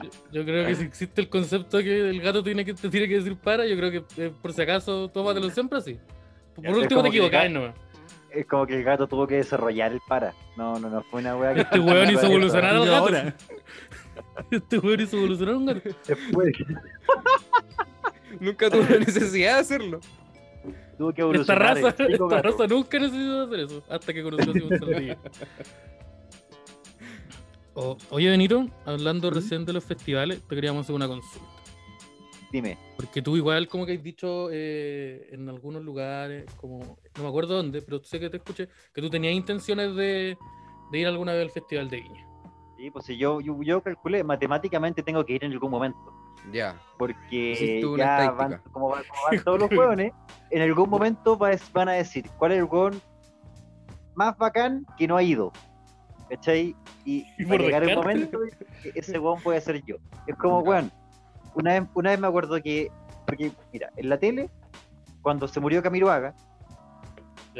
Speaker 2: Yo, yo creo que si existe el concepto que el gato tiene que, te tiene que decir para, yo creo que eh, por si acaso tómatelo siempre así. Por
Speaker 4: Es
Speaker 2: último te
Speaker 4: como que
Speaker 2: equivocás
Speaker 4: el
Speaker 2: nomás.
Speaker 4: Es como que el gato tuvo que desarrollar el para. No, no, no, fue una weá que.
Speaker 2: Este weón hizo evolucionar al
Speaker 3: Yo
Speaker 2: gato.
Speaker 3: ahora.
Speaker 2: Este weón hizo evolucionar un gato.
Speaker 4: Después
Speaker 1: Nunca tuve la necesidad de hacerlo.
Speaker 4: tuvo
Speaker 2: Esta
Speaker 4: que evolucionar.
Speaker 2: raza,
Speaker 4: el chico
Speaker 2: esta
Speaker 4: gato.
Speaker 2: raza nunca necesitó hacer eso, hasta que conoció a Simón Saldivia. O- oye, Benito,
Speaker 4: ¿Mm?
Speaker 2: hablando recién de los festivales, te queríamos hacer una consulta.
Speaker 4: Dime.
Speaker 2: Porque tú igual como que has dicho eh, en algunos lugares, como no me acuerdo dónde, pero sé que te escuché, que tú tenías intenciones de, de ir alguna vez al Festival de Viña.
Speaker 4: Sí, pues si yo, yo, yo calculé, matemáticamente tengo que ir en algún momento.
Speaker 1: Ya.
Speaker 4: Porque
Speaker 1: Hiciste una
Speaker 4: ya van,
Speaker 1: estadística.
Speaker 4: como, van, como van todos los hueones, en algún momento va- es- van a decir cuál es el hueón más bacán que no ha ido. ¿Cachai? Y,
Speaker 2: Y
Speaker 4: va a
Speaker 2: por
Speaker 4: llegar el
Speaker 2: descarte.
Speaker 4: momento que ese hueón puede ser yo. Es como, hueón, una vez, una vez me acuerdo que, porque mira, en la tele, cuando se murió Camiroaga,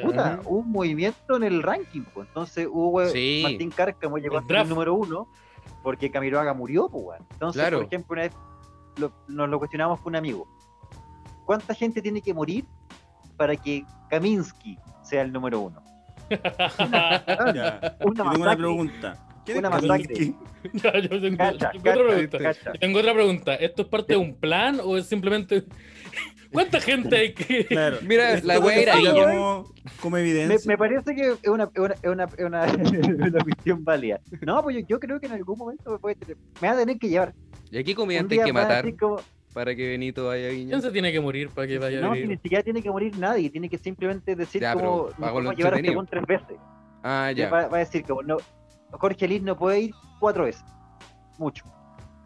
Speaker 4: puta, hubo un movimiento en el ranking, pues. Entonces hubo hue-
Speaker 1: Sí.
Speaker 4: Martín Cárcamo llegó
Speaker 2: El
Speaker 4: hasta el
Speaker 2: draft.
Speaker 4: número uno porque Camiroaga murió, pues, weón. Entonces,
Speaker 1: Claro.
Speaker 4: por ejemplo, una vez lo- nos lo cuestionamos con un amigo. ¿Cuánta gente tiene que morir para que Kaminsky sea el número uno?
Speaker 2: Ah,
Speaker 3: Ya.
Speaker 4: Una
Speaker 3: Yo tengo una
Speaker 4: masacre.
Speaker 3: pregunta. ¿Quién es
Speaker 4: Una masacre.
Speaker 3: Kaminsky?
Speaker 2: Ya, yo tengo, yo
Speaker 4: Cacha,
Speaker 2: tengo
Speaker 4: cacha,
Speaker 2: otra pregunta.
Speaker 4: cacha.
Speaker 2: Yo tengo otra pregunta. ¿Esto es parte de un plan o es simplemente ¿Cuánta gente hay que.?
Speaker 3: Claro.
Speaker 1: Mira, la
Speaker 3: Esto
Speaker 1: wea era
Speaker 3: se
Speaker 1: ella.
Speaker 3: como, como
Speaker 4: Me,
Speaker 3: evidencia.
Speaker 4: me parece que es una, es una, es una, es una, es una cuestión válida. No, pues yo, yo creo que en algún momento me, puede tener- me va a tener que llevar.
Speaker 1: ¿Y aquí
Speaker 4: Un
Speaker 1: comediante
Speaker 4: día
Speaker 1: hay que
Speaker 4: más,
Speaker 1: matar
Speaker 4: así como-
Speaker 1: para que Benito vaya a Viña?
Speaker 2: ¿Quién se tiene que morir para que vaya
Speaker 4: no,
Speaker 2: a
Speaker 4: si ni
Speaker 2: vivir?
Speaker 4: siquiera tiene que morir nadie, tiene que simplemente decir
Speaker 1: Ya, pero
Speaker 4: como
Speaker 1: hago lo
Speaker 4: vamos a llevar a este
Speaker 1: entretenido.
Speaker 4: weón tres veces.
Speaker 1: Ah, ya.
Speaker 4: Va, va a decir como no, Jorge Liz no puede ir cuatro veces. Mucho.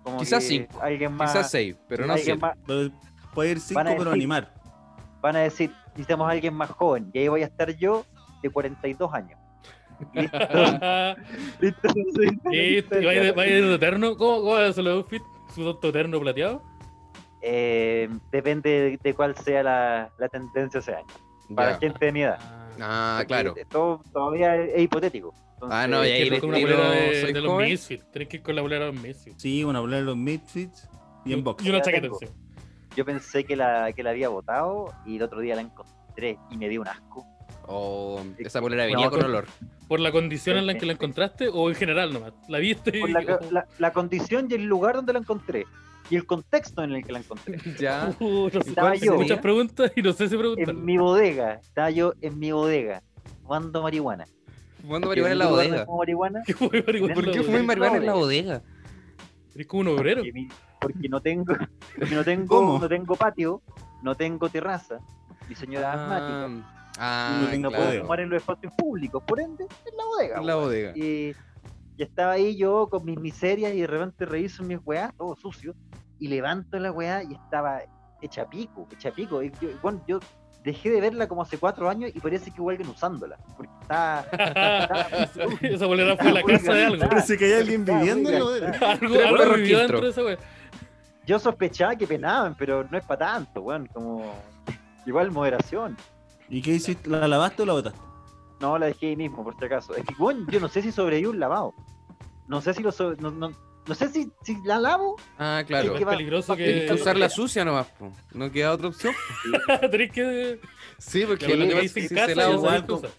Speaker 4: Como
Speaker 1: Quizás
Speaker 4: que
Speaker 1: cinco,
Speaker 4: Alguien más,
Speaker 1: Quizás seis, pero no
Speaker 4: alguien
Speaker 1: siete.
Speaker 4: más-
Speaker 3: Pero Puede ir cinco,
Speaker 4: Van a
Speaker 3: pero
Speaker 4: decir-
Speaker 3: animar.
Speaker 4: van a decir, necesitamos a alguien más joven. Y ahí voy a estar yo de 42 años. Listo. Listo, sí.
Speaker 2: ¿Y Ah, vaya de- vaya de eterno? ¿Cómo, cómo va a hacer el outfit? ¿Su doctor eterno plateado?
Speaker 4: Eh, depende de, de cuál sea la, la tendencia ese año. Para
Speaker 1: Ya.
Speaker 4: gente de mi edad.
Speaker 1: Ah,
Speaker 4: Porque
Speaker 1: claro.
Speaker 4: todo todavía es hipotético.
Speaker 1: Ah, no, y
Speaker 4: Entonces,
Speaker 1: ahí
Speaker 2: Tienes que ir
Speaker 1: el
Speaker 2: con una
Speaker 1: estilo,
Speaker 2: bolera de,
Speaker 1: soy
Speaker 2: de los
Speaker 1: joven.
Speaker 2: Misfits. Tienes que ir con la bolera de los Misfits.
Speaker 3: Sí, una hablar de los midfits y en box.
Speaker 2: Y una
Speaker 4: Ya
Speaker 2: chaqueta
Speaker 4: tengo.
Speaker 2: encima.
Speaker 4: Yo pensé que la, que la había votado y el otro día la encontré y me dio un asco.
Speaker 1: O esa polera venía
Speaker 4: No,
Speaker 1: con olor.
Speaker 2: ¿Por la condición en la que la encontraste o en general nomás? ¿La viste? y-
Speaker 4: Por la,
Speaker 2: oh,
Speaker 4: la- la condición y el lugar donde la encontré. Y el contexto en el que la encontré.
Speaker 1: Ya.
Speaker 2: uh, no sé,
Speaker 4: Estaba
Speaker 2: hice
Speaker 4: yo.
Speaker 2: muchas preguntas y no sé si preguntar.
Speaker 4: En mi bodega. Estaba yo en mi bodega. Fumando marihuana.
Speaker 1: ¿Cuándo marihuana en la
Speaker 4: Y en mi
Speaker 1: bodega?
Speaker 4: lugar donde fumo marihuana?
Speaker 2: ¿Qué fue marihuana?
Speaker 1: ¿Por qué
Speaker 4: donde
Speaker 1: fumé
Speaker 4: fumo
Speaker 1: marihuana en la
Speaker 4: marihuana?
Speaker 1: bodega?
Speaker 2: Eres como un obrero.
Speaker 4: Porque, mi- porque no tengo, porque no tengo,
Speaker 3: ¿Cómo?
Speaker 4: no tengo patio, no tengo terraza, mi señora es asmática,
Speaker 1: Ah, ah,
Speaker 4: y no puedo
Speaker 1: claro.
Speaker 4: fumar en los espacios públicos, por ende, en la bodega.
Speaker 1: En la
Speaker 4: weón.
Speaker 1: bodega.
Speaker 4: Y, y estaba ahí yo con mis miserias y de repente reviso mis weas, todo sucio, y levanto la weá y estaba hecha pico, hecha pico. Y yo, bueno, yo dejé de verla como hace cuatro años y parece que hubo alguien usándola, porque estaba...
Speaker 2: esa esa bolera fue la casa de algo.
Speaker 3: Parece que hay alguien
Speaker 4: estaba
Speaker 3: viviendo en la
Speaker 4: muy
Speaker 3: bodega.
Speaker 4: gastada.
Speaker 2: Algo,
Speaker 1: Tres
Speaker 2: algo
Speaker 1: perros
Speaker 2: vivió
Speaker 1: quintro.
Speaker 2: dentro de esa wea.
Speaker 4: yo sospechaba que penaban, pero no es para tanto, weón, como igual moderación.
Speaker 3: ¿Y qué hiciste? ¿La lavaste o la botaste?
Speaker 4: No, la dejé ahí mismo, por si acaso. Es que, weón, yo no sé si sobreviví un lavado. No sé si lo sobre- no, no- no sé si, si la lavo.
Speaker 1: Ah,
Speaker 4: Claro.
Speaker 1: claro.
Speaker 2: Es más peligroso
Speaker 1: Tienes
Speaker 2: que...
Speaker 1: que usar la sucia nomás, po. no queda otra opción.
Speaker 2: Tenés que...
Speaker 1: Sí,
Speaker 2: Que
Speaker 1: porque
Speaker 2: lo
Speaker 1: lo
Speaker 2: que
Speaker 1: que
Speaker 2: hice
Speaker 1: pasa
Speaker 2: en
Speaker 1: es que
Speaker 2: casa
Speaker 1: se
Speaker 2: ya
Speaker 1: lava
Speaker 2: sabes
Speaker 3: igual,
Speaker 2: qué usar.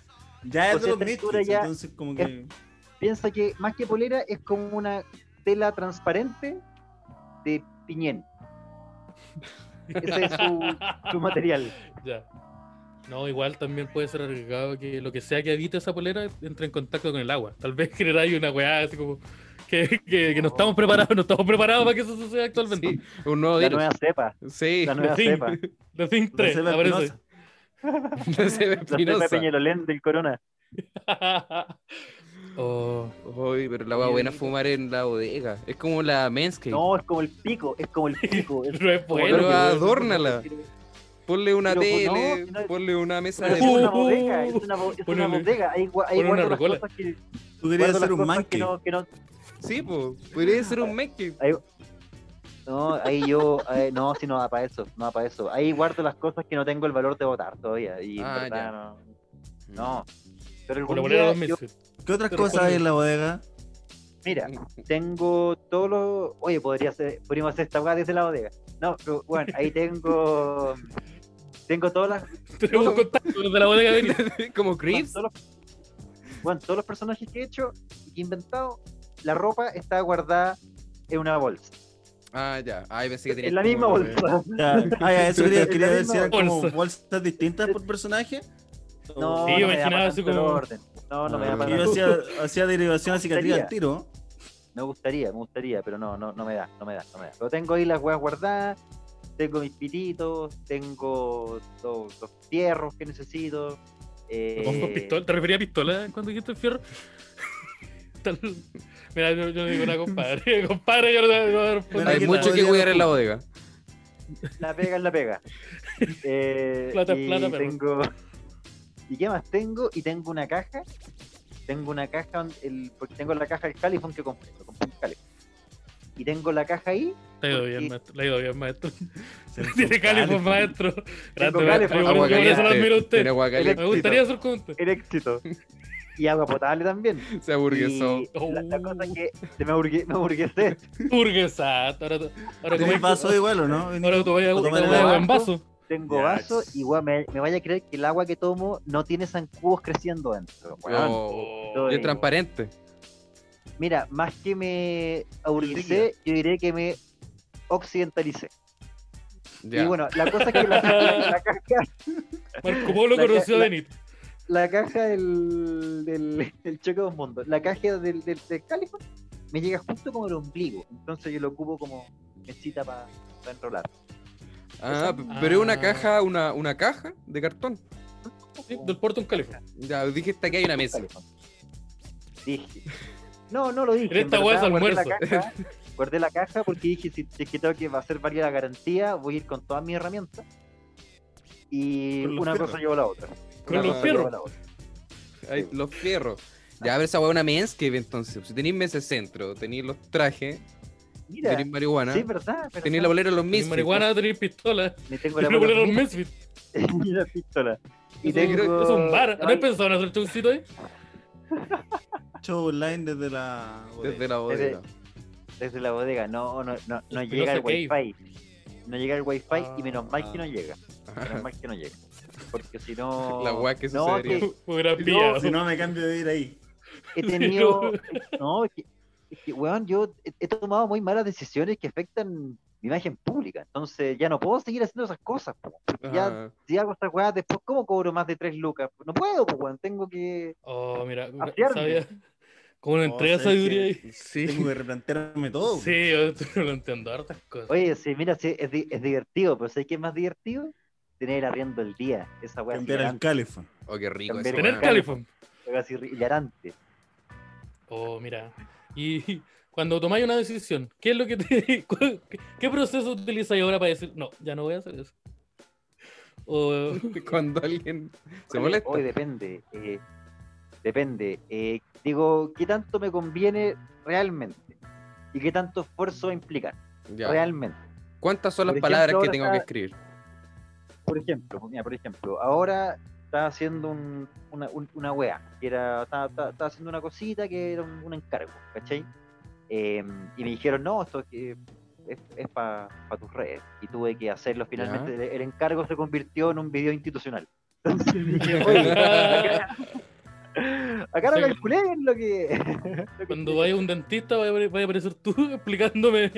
Speaker 3: Ya es
Speaker 4: Pues
Speaker 3: de los
Speaker 4: esta altura
Speaker 3: midfits,
Speaker 4: ya-
Speaker 3: entonces como que...
Speaker 4: Piensa que más que polera es como una tela transparente de piñén. Ese es su, su material.
Speaker 2: Ya. No, igual también puede ser arriesgado que lo que sea que habite esa polera entre en contacto con el agua. Tal vez generáis una weá así como que, que, que no estamos preparados, no estamos preparados para que eso suceda actualmente.
Speaker 1: Sí, un nuevo
Speaker 4: La
Speaker 1: virus.
Speaker 4: nueva cepa.
Speaker 1: Sí,
Speaker 4: La nueva
Speaker 2: Sí.
Speaker 4: cepa.
Speaker 2: The Thing
Speaker 3: la
Speaker 2: 3
Speaker 3: ceba
Speaker 2: aparece.
Speaker 3: espinosa.
Speaker 1: la ceba
Speaker 4: La cepa
Speaker 1: espinosa.
Speaker 4: Peñalolén del corona.
Speaker 2: Oh,
Speaker 1: Uy, pero la hueá
Speaker 2: Oye,
Speaker 1: buena es
Speaker 2: Benito.
Speaker 1: fumar en la bodega. Es como la Manscape.
Speaker 4: No, es como el pico, es como el pico. es
Speaker 2: no es
Speaker 4: como
Speaker 2: bueno.
Speaker 1: Pero
Speaker 2: weón.
Speaker 1: adórnala. Ponle una
Speaker 4: Pero, no,
Speaker 1: tele,
Speaker 4: si no-
Speaker 1: ponle una mesa
Speaker 4: Pero
Speaker 1: de
Speaker 4: es una
Speaker 2: Uh,
Speaker 4: bodega, es una, bo- es una
Speaker 2: ponele-
Speaker 4: bodega. Ahí, gua- ahí
Speaker 2: ponele
Speaker 4: guardo
Speaker 2: una
Speaker 4: las
Speaker 2: rocola.
Speaker 4: cosas que,
Speaker 3: Tú
Speaker 4: guardo
Speaker 3: querías
Speaker 4: las
Speaker 3: ser un
Speaker 4: cosas
Speaker 3: manque.
Speaker 4: que no, que no,
Speaker 1: Sí, po. Podría ser un Manscape.
Speaker 4: no, ahí yo, eh, no, si no da para eso, no da para eso. Ahí guardo las cosas que no tengo el valor de votar todavía. Y en
Speaker 1: Ah,
Speaker 4: verdad,
Speaker 1: ya. Mm.
Speaker 4: no, no. Pero
Speaker 2: Con la
Speaker 4: algún
Speaker 2: polera de
Speaker 4: día
Speaker 2: los
Speaker 4: yo-
Speaker 2: Misfits.
Speaker 3: ¿Qué otras
Speaker 2: Pero
Speaker 3: cosas
Speaker 2: ponle-
Speaker 3: hay en la bodega?
Speaker 4: mira,
Speaker 2: Mm.
Speaker 4: tengo todos los, oye, podría ser, podríamos hacer esta weá desde la bodega. No, pero bueno, ahí tengo, tengo todas las
Speaker 2: Tenemos
Speaker 1: No.
Speaker 2: contacto con los de la bodega de
Speaker 1: como Crips.
Speaker 4: Bueno, todos los- bueno, todos los personajes que he hecho y que he inventado, la ropa está guardada en una bolsa.
Speaker 1: Ah, ya. Ay, pensé que tenía. eh.
Speaker 4: En la misma
Speaker 1: como-
Speaker 4: bolsa.
Speaker 3: Ya, ah, ya, eso quería, quería ver si eran
Speaker 2: Bolsa.
Speaker 3: como bolsas distintas por personaje.
Speaker 4: No,
Speaker 3: O-
Speaker 2: Sí,
Speaker 4: no
Speaker 2: yo
Speaker 4: me da
Speaker 2: imaginaba
Speaker 4: para
Speaker 2: así
Speaker 4: tanto el
Speaker 2: como-
Speaker 4: orden. No, no me da
Speaker 1: Ah.
Speaker 4: para
Speaker 3: Yo
Speaker 4: tanto.
Speaker 3: hacía, hacía derivación a cicatriz
Speaker 4: Gustaría.
Speaker 3: al tiro.
Speaker 4: Me gustaría, me gustaría, pero no, no, no me da, no me da, no me da. Pero tengo ahí las weas guardadas, tengo mis pititos, tengo lo- los, fierros que necesito. eh,
Speaker 2: Con pistola. ¿Te refería a pistola cuando dijiste fierro? Tal- Mira, yo, yo no digo nada, compadre. compadre, yo no yo no respondo.
Speaker 3: Bueno,
Speaker 1: Hay
Speaker 3: aquí
Speaker 1: mucho
Speaker 3: la
Speaker 1: que
Speaker 3: bodega
Speaker 1: cuidar
Speaker 3: no-
Speaker 1: en la bodega.
Speaker 4: La pega es la pega. Eh,
Speaker 2: Plata es
Speaker 4: y
Speaker 2: plata, perro.
Speaker 4: tengo... ¿Y qué más tengo? Y tengo una caja. Tengo una caja, donde- el, porque tengo la caja del Califón que compré, lo compré en Califón. Y tengo la caja ahí.
Speaker 2: Le ha ido
Speaker 4: porque-
Speaker 2: bien, maestro. Le ha ido bien, maestro.
Speaker 3: Se me
Speaker 2: Tiene
Speaker 3: fue
Speaker 2: califos,
Speaker 3: califo.
Speaker 2: maestro. Grande,
Speaker 4: califos.
Speaker 2: maestro. Yo
Speaker 1: Agua
Speaker 2: por eso lo admiro a
Speaker 1: caliente.
Speaker 2: usted.
Speaker 1: Tiene agua caliente.
Speaker 2: Me gustaría ser como usted.
Speaker 4: El éxito. Y agua potable también.
Speaker 1: Se aburguesó.
Speaker 4: Y la, la cosa es que se me, aburgué, me aburguesé.
Speaker 2: Burguesa. Ahora, tú- ahora
Speaker 3: ¿Tenés
Speaker 2: como-
Speaker 3: vaso igual o no?
Speaker 2: Ahora tú vayas a
Speaker 3: Lo
Speaker 2: una
Speaker 3: tomaré
Speaker 4: de
Speaker 2: agua en
Speaker 4: abajo.
Speaker 2: vaso.
Speaker 4: Tengo
Speaker 3: Ya,
Speaker 4: vaso
Speaker 3: ch-
Speaker 4: y weón, me, me vaya a creer que el agua que tomo no tiene zancudos creciendo dentro. weón.
Speaker 1: Oh,
Speaker 4: Oh,
Speaker 1: y
Speaker 4: yo
Speaker 1: es transparente.
Speaker 4: Mira, más que me aburguesé, yo diré que me occidentalicé.
Speaker 1: Ya.
Speaker 4: Y bueno, la cosa es que la, la caja,
Speaker 2: Marco Polo
Speaker 4: La que-
Speaker 2: conoció a
Speaker 4: la-
Speaker 2: Benito.
Speaker 4: la caja del, del, del choque de un mundo, la caja del, del, del Califa me llega justo como el ombligo. Entonces yo lo ocupo como mesita para enrolar.
Speaker 1: Ah, p- pero es una
Speaker 2: Ah.
Speaker 1: caja, una, una caja de cartón.
Speaker 2: Sí, Del Puerto en California.
Speaker 1: Ya dije hasta que hay una mesa.
Speaker 4: Califa. Dije. No, no lo dije.
Speaker 2: Pero
Speaker 4: en
Speaker 2: esta weá es
Speaker 4: verdad, guardé la
Speaker 2: almuerzo.
Speaker 4: caja, guardé la caja porque dije, si, si es que tengo que hacer válida la garantía, voy a ir con todas mis herramientas. Y
Speaker 2: Con los
Speaker 4: una
Speaker 2: perros.
Speaker 4: cosa lleva a la otra.
Speaker 2: Con
Speaker 4: Una
Speaker 1: los
Speaker 4: cosa lleva
Speaker 2: perros.
Speaker 4: a la otra.
Speaker 1: Hay los fierros. Ya, a ver, esa hueá es una menscape entonces. Si tenéis mesa centro, tenéis los trajes,
Speaker 4: Mira,
Speaker 1: tenéis marihuana,
Speaker 4: sí, verdad. verdad.
Speaker 1: tenéis la bolera de los
Speaker 2: Tenés
Speaker 1: mismos.
Speaker 2: marihuana, tenés pistola.
Speaker 4: Me tengo la
Speaker 2: Tenés bolero
Speaker 4: bolera
Speaker 2: los Misfits.
Speaker 4: y la pistola. Y
Speaker 2: Es
Speaker 1: tengo-
Speaker 2: un- es un bar. ¿No has pensado en hacer showcito ahí?
Speaker 3: Show online desde la.
Speaker 1: pues, Desde la
Speaker 4: Desde-
Speaker 1: bodega.
Speaker 4: Desde la bodega, no, no, no, no
Speaker 2: Los
Speaker 4: llega el
Speaker 2: Pelosa
Speaker 4: wifi. No llega el wifi
Speaker 2: Ah.
Speaker 4: y menos mal que no llega. Menos
Speaker 1: Ajá.
Speaker 4: mal que no llega. Porque si no.
Speaker 1: La weá que
Speaker 4: no,
Speaker 1: sucedería.
Speaker 4: que
Speaker 2: Hubiera
Speaker 3: Si
Speaker 2: pillado.
Speaker 3: no, si no, me cambio de ir ahí.
Speaker 4: he tenido. No, es que, es que, weón, yo he, he tomado muy malas decisiones que afectan mi imagen pública. Entonces ya no puedo seguir haciendo esas cosas. po. ya-
Speaker 1: Ajá.
Speaker 4: Si hago estas weas, después, ¿cómo cobro más de 3 lucas? No puedo, po, weón. Tengo que.
Speaker 2: Oh, mira,
Speaker 4: Afiarme.
Speaker 2: sabía. Como una
Speaker 3: No,
Speaker 2: entrega de
Speaker 3: ¿sabes
Speaker 2: sabiduría ahí.
Speaker 3: qué?
Speaker 1: Sí.
Speaker 3: Tengo que replantearme todo.
Speaker 2: Sí, yo tú no lo entiendo hartas cosas.
Speaker 4: Oye, sí, mira, sí, es, di- es divertido, pero ¿sabes qué es más divertido? Tener el arriendo el día. Esa wea.
Speaker 3: Cambiar el calefón.
Speaker 1: Oh, qué rico
Speaker 4: Cambiar
Speaker 1: esa
Speaker 4: el
Speaker 2: Tener
Speaker 1: hueá.
Speaker 4: cal-
Speaker 2: califón.
Speaker 4: Fue casi hilarante.
Speaker 2: Oh, mira. Y cuando tomáis una decisión, ¿qué es lo que te. cu- qué- ¿Qué proceso utilizáis ahora para decir, no, ya no voy a hacer eso? O.
Speaker 1: Cuando alguien se
Speaker 4: Oye,
Speaker 1: molesta.
Speaker 4: Hoy depende. eh, depende. eh, digo, ¿qué tanto me conviene realmente? ¿Y qué tanto esfuerzo va a implicar
Speaker 1: Ya.
Speaker 4: realmente?
Speaker 1: ¿Cuántas son las
Speaker 4: Por ejemplo,
Speaker 1: palabras que
Speaker 4: ahora
Speaker 1: tengo
Speaker 4: está-
Speaker 1: que escribir?
Speaker 4: Por ejemplo, mira, por ejemplo, ahora estaba haciendo un- una, un- una wea, que era, estaba, estaba- estaba haciendo una cosita que era un, un encargo, ¿cachai? Eh, y me dijeron, no, esto que es, para tus redes. Y tuve que hacerlo finalmente. El, el encargo se convirtió en un video institucional. Entonces dije, oye, acá, acá no
Speaker 2: Sí.
Speaker 4: calculé en lo que. lo que-
Speaker 2: Cuando vaya a un dentista, vaya a apare- vaya a aparecer tú explicándome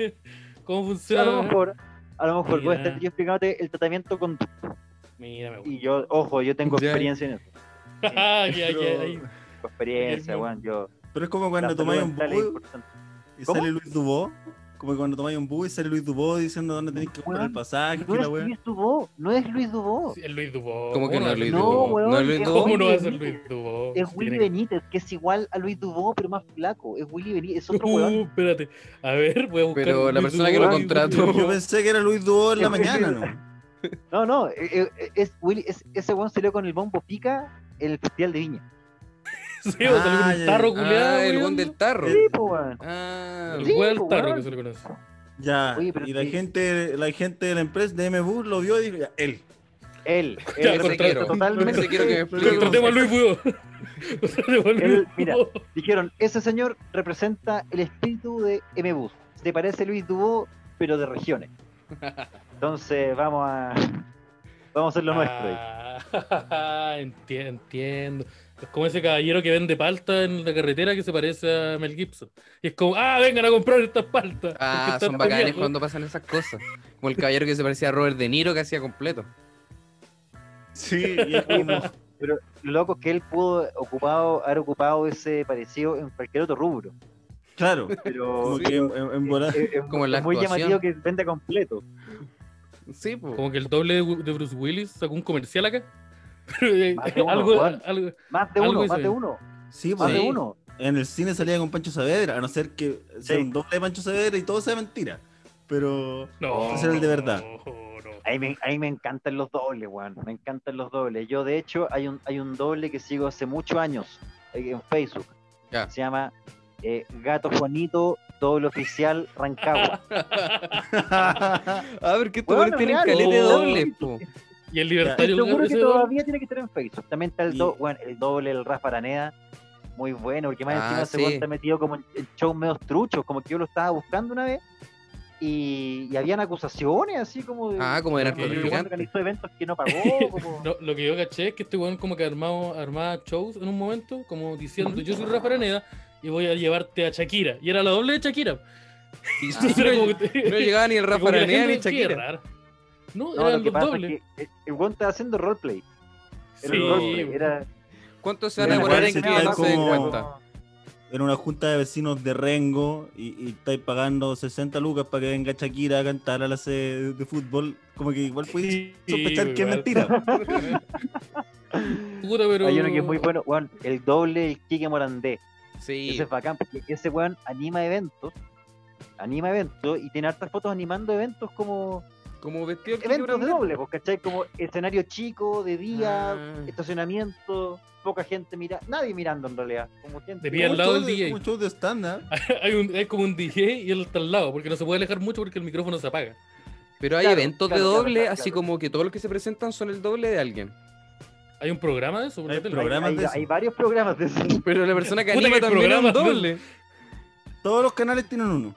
Speaker 2: cómo
Speaker 4: a lo
Speaker 2: funciona.
Speaker 4: mejor, a lo mejor voy a
Speaker 2: Mira.
Speaker 4: estar yo explicándote el tratamiento con.
Speaker 2: Mira, me gusta.
Speaker 4: Y yo, ojo, yo tengo
Speaker 1: Ya.
Speaker 4: experiencia en eso.
Speaker 2: Ah, ya,
Speaker 3: Pero,
Speaker 2: ya, ahí.
Speaker 4: Tengo experiencia, weón. Yo.
Speaker 3: pero es como
Speaker 4: la
Speaker 3: cuando
Speaker 4: salud
Speaker 3: tomáis un
Speaker 4: mental es
Speaker 3: búho
Speaker 4: importante.
Speaker 3: y
Speaker 4: ¿Cómo?
Speaker 3: sale Luis Dubó. Como que cuando tomáis un búho y sale Luis Dubó diciendo dónde tenéis que comprar el
Speaker 4: Weón,
Speaker 3: pasaje.
Speaker 4: No
Speaker 3: que
Speaker 4: es
Speaker 3: la wea.
Speaker 4: Luis Dubó, no es Luis Dubó.
Speaker 2: Sí, es Luis Dubó.
Speaker 1: ¿Cómo que no es Luis
Speaker 4: no,
Speaker 1: Dubó?
Speaker 4: weón,
Speaker 1: ¿No es Luis
Speaker 4: es
Speaker 1: Dubó?
Speaker 2: ¿Cómo no va a
Speaker 4: Willy
Speaker 2: ser
Speaker 4: Benítez.
Speaker 2: Luis Dubó?
Speaker 4: Es
Speaker 2: Si
Speaker 4: Willy
Speaker 2: tiene que-
Speaker 4: Benítez, que es igual a Luis Dubó, pero más flaco. Es Willy Benítez, es otro
Speaker 2: Uh,
Speaker 4: weón.
Speaker 2: espérate. A ver, voy a buscar.
Speaker 1: Pero
Speaker 2: Luis
Speaker 1: la persona
Speaker 2: Dubó,
Speaker 1: que lo
Speaker 2: Luis
Speaker 1: contrató-
Speaker 2: Dubó.
Speaker 3: Yo pensé que era Luis Dubó en la mañana, ¿no?
Speaker 4: No, no, eh, eh, eh, es Willy, es- ese weón salió con el bombo pica en el Festival de Viña.
Speaker 2: Sí, va a salir
Speaker 3: Ah,
Speaker 2: un
Speaker 3: ya,
Speaker 2: tarro
Speaker 3: ya.
Speaker 2: culiado.
Speaker 1: Ah, el
Speaker 2: weón.
Speaker 1: buen del tarro.
Speaker 4: Sí, po, weón.
Speaker 1: Ah,
Speaker 2: El
Speaker 4: Sí,
Speaker 2: weón del
Speaker 4: pues,
Speaker 2: tarro
Speaker 4: weón.
Speaker 2: que se le conoce.
Speaker 3: Ya.
Speaker 4: Oye, pero
Speaker 3: y la
Speaker 4: sí.
Speaker 3: gente, la gente de la empresa de MBU lo vio y dijo, ya, él.
Speaker 4: Él,
Speaker 2: Ya,
Speaker 4: él
Speaker 1: ese
Speaker 2: contrato.
Speaker 1: quiero.
Speaker 4: representa totalmente.
Speaker 1: Ese quiero que me explique.
Speaker 2: Contratemos a Luis Dubó. Contratemos a Luis
Speaker 4: Él-
Speaker 2: Dubó.
Speaker 4: mira. Dijeron, ese señor representa el espíritu de MBUS. Se parece a Luis Dubó, pero de regiones. Entonces vamos a vamos a hacer lo nuestro. ahí.
Speaker 2: Ah, enti- entiendo. Es como ese caballero que vende palta en la carretera que se parece a Mel Gibson. Y es como, ah, vengan a comprar estas paltas. porque
Speaker 1: Ah,
Speaker 2: están
Speaker 1: son bacanes
Speaker 2: peleando".
Speaker 1: cuando pasan esas cosas. Como el caballero que se parecía a Robert De Niro que hacía completo.
Speaker 3: Sí, pues. y es como.
Speaker 4: Lo loco es que él pudo ocupado, haber ocupado ese parecido en cualquier otro rubro.
Speaker 3: Claro.
Speaker 4: Pero
Speaker 3: Como que en, en- en volada-
Speaker 4: es, es-
Speaker 1: Como en la
Speaker 4: es muy
Speaker 1: actuación.
Speaker 4: llamativo que venda completo.
Speaker 1: Sí, pues.
Speaker 2: Como que el doble de Wu- de Bruce Willis sacó un comercial acá. Pero, eh,
Speaker 4: Más de uno,
Speaker 2: algo,
Speaker 4: Juan.
Speaker 2: algo-
Speaker 4: Más de
Speaker 2: Algo
Speaker 4: uno,
Speaker 2: hizo
Speaker 4: más de
Speaker 2: bien.
Speaker 4: uno,
Speaker 3: Sí,
Speaker 4: más
Speaker 3: pues,
Speaker 4: de
Speaker 1: Sí.
Speaker 4: uno.
Speaker 3: en el cine salía con Pancho Saavedra, a no ser que sea
Speaker 4: Sí.
Speaker 3: un doble de Pancho Saavedra y todo sea mentira. Pero
Speaker 2: No,
Speaker 3: Ese era el de verdad.
Speaker 2: no, no.
Speaker 4: A mí, me, a mí me encantan los dobles, weón. Me encantan los dobles. Yo, de hecho, hay un, hay un doble que sigo hace muchos años eh, en Facebook.
Speaker 1: Ya.
Speaker 4: Se llama eh, Gato Juanito, doble oficial Rancagua.
Speaker 1: A ver, que estos
Speaker 4: Bueno,
Speaker 1: buenos tienen
Speaker 4: real.
Speaker 1: caleta de
Speaker 2: Oh.
Speaker 1: dobles, po.
Speaker 2: Y el
Speaker 4: Te
Speaker 2: libertario
Speaker 4: Seguro
Speaker 2: ese
Speaker 4: que
Speaker 2: doble,
Speaker 4: todavía tiene que estar en Facebook. También está el,
Speaker 3: Y-
Speaker 4: do- bueno, el doble, el Ras Paraneda. Muy bueno, porque más
Speaker 1: Ah,
Speaker 4: encima ese
Speaker 1: sí.
Speaker 4: weón está metido como en, en shows medios truchos, como que yo lo estaba buscando una vez. Y, y habían acusaciones así como de.
Speaker 1: Ah, como de
Speaker 2: Porque yo-
Speaker 4: que weón
Speaker 1: narcotraficante.
Speaker 4: organizó eventos que no pagó. como-
Speaker 2: No, lo que yo caché es que este weón como que armado, armaba shows en un momento, como diciendo, yo soy Rafa Araneda y voy a llevarte a Shakira. Y era la doble de Shakira.
Speaker 4: Ah,
Speaker 1: Y
Speaker 2: Entonces era Ah, como
Speaker 1: No
Speaker 2: que-
Speaker 1: llegaba ni el
Speaker 2: como
Speaker 1: Rafa
Speaker 2: que la
Speaker 1: Aranea
Speaker 2: gente
Speaker 1: ni
Speaker 2: decía,
Speaker 1: Shakira.
Speaker 2: "Raro". No,
Speaker 4: No,
Speaker 2: eran
Speaker 4: lo que
Speaker 2: los
Speaker 4: pasa
Speaker 2: dobles.
Speaker 4: es que el- el weón estaba haciendo roleplay. Era
Speaker 2: Sí,
Speaker 4: un roleplay.
Speaker 2: weón.
Speaker 4: Era,
Speaker 1: ¿Cuánto se
Speaker 4: era
Speaker 1: van a
Speaker 3: Bueno,
Speaker 1: demorar
Speaker 4: una weá
Speaker 1: en que
Speaker 3: parece
Speaker 4: que
Speaker 3: era
Speaker 1: no se den
Speaker 3: como-
Speaker 1: cuenta?
Speaker 3: En una junta de vecinos de Rengo y, y estáis pagando 60 lucas para que venga Shakira a cantar a la sede de fútbol, como que igual puedes
Speaker 2: Sí,
Speaker 3: sospechar que es
Speaker 2: igual.
Speaker 3: mentira.
Speaker 2: Puta, pero...
Speaker 4: Hay uno que es muy bueno, weón, el doble, el Kike Morandé.
Speaker 1: Sí,
Speaker 4: Ese es bacán, porque ese weón anima eventos, anima eventos y tiene hartas fotos animando eventos como
Speaker 1: como vestido el Kike
Speaker 4: eventos de
Speaker 1: Brandel.
Speaker 4: doble, pues, ¿cachai? Como escenario chico, de día,
Speaker 1: Ah.
Speaker 4: estacionamiento, poca gente mira, nadie mirando en realidad, como gente.
Speaker 2: De pie al
Speaker 3: Un
Speaker 2: lado
Speaker 3: show
Speaker 2: del
Speaker 3: de-
Speaker 2: DJ.
Speaker 3: Un show de stand-up.
Speaker 2: hay, un- hay como un DJ y él está al lado, porque no se puede alejar mucho porque el micrófono se apaga.
Speaker 1: Pero hay
Speaker 4: Claro,
Speaker 1: eventos
Speaker 4: claro,
Speaker 1: de
Speaker 4: claro,
Speaker 1: doble,
Speaker 4: claro,
Speaker 1: así
Speaker 4: claro.
Speaker 1: como que todos los que se presentan son el doble de alguien.
Speaker 2: ¿Hay un programa de eso? por la
Speaker 3: Hay
Speaker 2: tele?
Speaker 3: programa. programas
Speaker 4: hay,
Speaker 3: de
Speaker 4: hay-
Speaker 3: eso.
Speaker 4: hay varios programas de eso.
Speaker 1: Pero la persona que
Speaker 2: Puta,
Speaker 1: anima
Speaker 2: que
Speaker 1: también es un
Speaker 2: programas de-
Speaker 1: doble.
Speaker 3: Todos los canales tienen uno.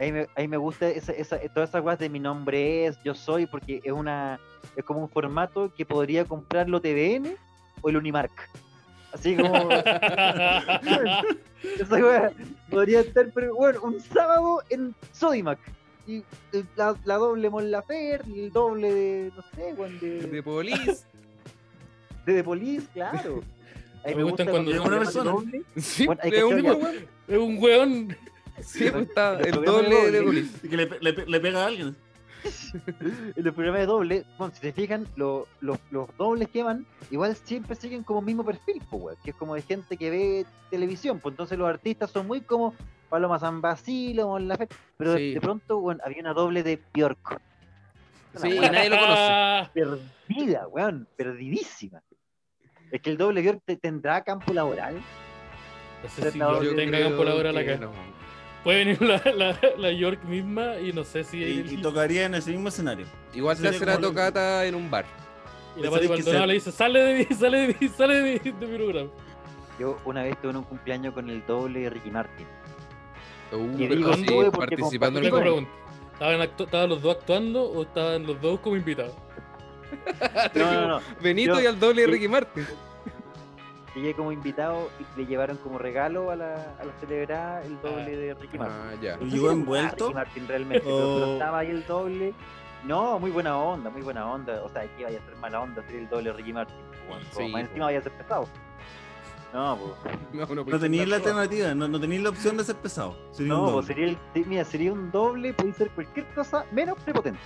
Speaker 4: Ahí me, ahí me gusta esa, esa, todas esas weas de mi nombre es, yo soy, porque es una es como un formato que podría comprarlo TVN o el Unimark. Así como esa wea podría estar, pero bueno, un sábado en Sodimac. Y eh, la, la doble Mon Laferte, y el doble de, no sé, weón, de,
Speaker 1: De polis.
Speaker 4: de, de Police, claro. Ahí
Speaker 2: Me gustan cuando
Speaker 4: los
Speaker 3: son una
Speaker 4: programas de
Speaker 3: persona.
Speaker 4: doble.
Speaker 1: Sí,
Speaker 4: Bueno, hay
Speaker 1: es un
Speaker 4: cachorro.
Speaker 1: weón.
Speaker 2: Es un weón.
Speaker 1: Sí, pues, está
Speaker 4: El
Speaker 1: el
Speaker 4: programa de
Speaker 1: doble de
Speaker 4: doble.
Speaker 1: polis.
Speaker 3: Y que le, pe- le pe- le pega a alguien.
Speaker 4: En los programas de doble, bueno, si te fijan, lo- lo- los dobles que van, igual siempre siguen como el mismo perfil, pues, weón, que es como de gente que ve televisión, pues entonces los artistas son muy como Paloma San Basilio, Mon Laferte, pero de-
Speaker 1: Sí.
Speaker 4: de pronto, bueno, había una doble de Bjork.
Speaker 1: Sí, y nadie lo conoce.
Speaker 4: Perdida, weón, perdidísima. Es que el doble Bjork te- tendrá campo laboral.
Speaker 2: No sé si
Speaker 4: Yo
Speaker 2: York tenga campo laboral
Speaker 1: creo
Speaker 2: acá.
Speaker 1: que no.
Speaker 2: Puede venir la, la- la York misma y no sé si.
Speaker 3: Y, y tocaría en ese mismo escenario.
Speaker 1: Igual se
Speaker 3: Sería
Speaker 1: hace la
Speaker 3: como lo-
Speaker 1: tocata en un bar.
Speaker 2: y la Pati
Speaker 3: Pensaré que
Speaker 2: Maldonado
Speaker 3: se-
Speaker 2: le dice: sale de mí, sale de mí, sale de mi, de mi programa.
Speaker 4: Yo una vez tuve un cumpleaños con el doble de Ricky Martin.
Speaker 1: Uh,
Speaker 4: Y
Speaker 1: pero
Speaker 4: digo,
Speaker 1: sí,
Speaker 4: tuve porque
Speaker 1: participando en el
Speaker 2: Tengo
Speaker 4: compartí
Speaker 1: programa.
Speaker 2: pregunta. ¿Estaban, actu- ¿Estaban los dos actuando o estaban los dos como invitados?
Speaker 4: No, no, no.
Speaker 1: Benito
Speaker 4: Yo-
Speaker 1: y al doble de
Speaker 4: yo-
Speaker 1: Ricky Martin.
Speaker 4: Llegué como invitado y le llevaron como regalo a la, a la celebrada el doble de Ricky Martin.
Speaker 1: Ah, ya.
Speaker 4: No sé
Speaker 3: ¿Llegó
Speaker 4: si era
Speaker 3: envuelto?
Speaker 4: Ricky Martin realmente, pero, pero
Speaker 3: ¿O-
Speaker 4: estaba ahí el doble. No, muy buena onda, muy buena onda. O sea, aquí vaya a ser mala onda ser el doble Ricky Martin. Bueno,
Speaker 1: Sí,
Speaker 4: más
Speaker 1: po.
Speaker 4: encima vaya a ser pesado. No, pues.
Speaker 1: No, no,
Speaker 3: No
Speaker 1: pues,
Speaker 3: tenéis la
Speaker 1: todas.
Speaker 3: alternativa, no, no tenéis la opción de ser pesado. Sería un
Speaker 4: No, po,
Speaker 3: doble.
Speaker 4: sería el, sí, mira, sería un doble, podéis ser cualquier cosa menos prepotente.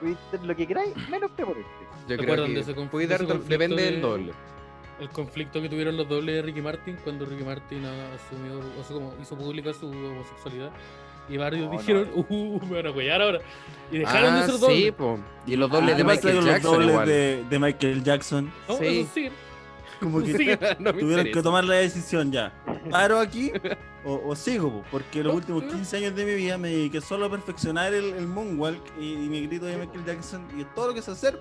Speaker 4: Podéis ser lo que queráis, menos prepotente.
Speaker 1: Yo
Speaker 2: ¿Se
Speaker 1: creo
Speaker 2: acuerdan de
Speaker 1: que
Speaker 2: ese conf-
Speaker 1: puede
Speaker 2: de
Speaker 1: dar-
Speaker 2: ese conflicto
Speaker 1: depende
Speaker 2: de-
Speaker 1: del doble.
Speaker 2: El conflicto que tuvieron los dobles de Ricky Martin cuando Ricky Martin asumió, o sea, como hizo pública su homosexualidad. Y varios
Speaker 4: No, no.
Speaker 2: dijeron, uh, me van a cuellar ahora. Y dejaron
Speaker 1: Ah,
Speaker 2: de ser dobles.
Speaker 1: sí, po. Y los dobles
Speaker 3: Ah,
Speaker 1: de
Speaker 3: además
Speaker 1: Michael
Speaker 3: los
Speaker 1: Jackson
Speaker 3: dobles
Speaker 1: igual.
Speaker 3: De, de Michael Jackson.
Speaker 2: No,
Speaker 1: Sí.
Speaker 2: eso sí.
Speaker 3: Como que
Speaker 2: Sí.
Speaker 1: no me
Speaker 3: tuvieron que
Speaker 1: interesa.
Speaker 3: tomar la decisión ya. ¿Paro aquí o, o sigo? po? Porque los
Speaker 2: No,
Speaker 3: últimos
Speaker 2: sí.
Speaker 3: 15 años de mi vida me dediqué solo a perfeccionar el, el moonwalk y, y mi grito de
Speaker 4: Sí,
Speaker 3: Michael Jackson y todo lo que sé hacer.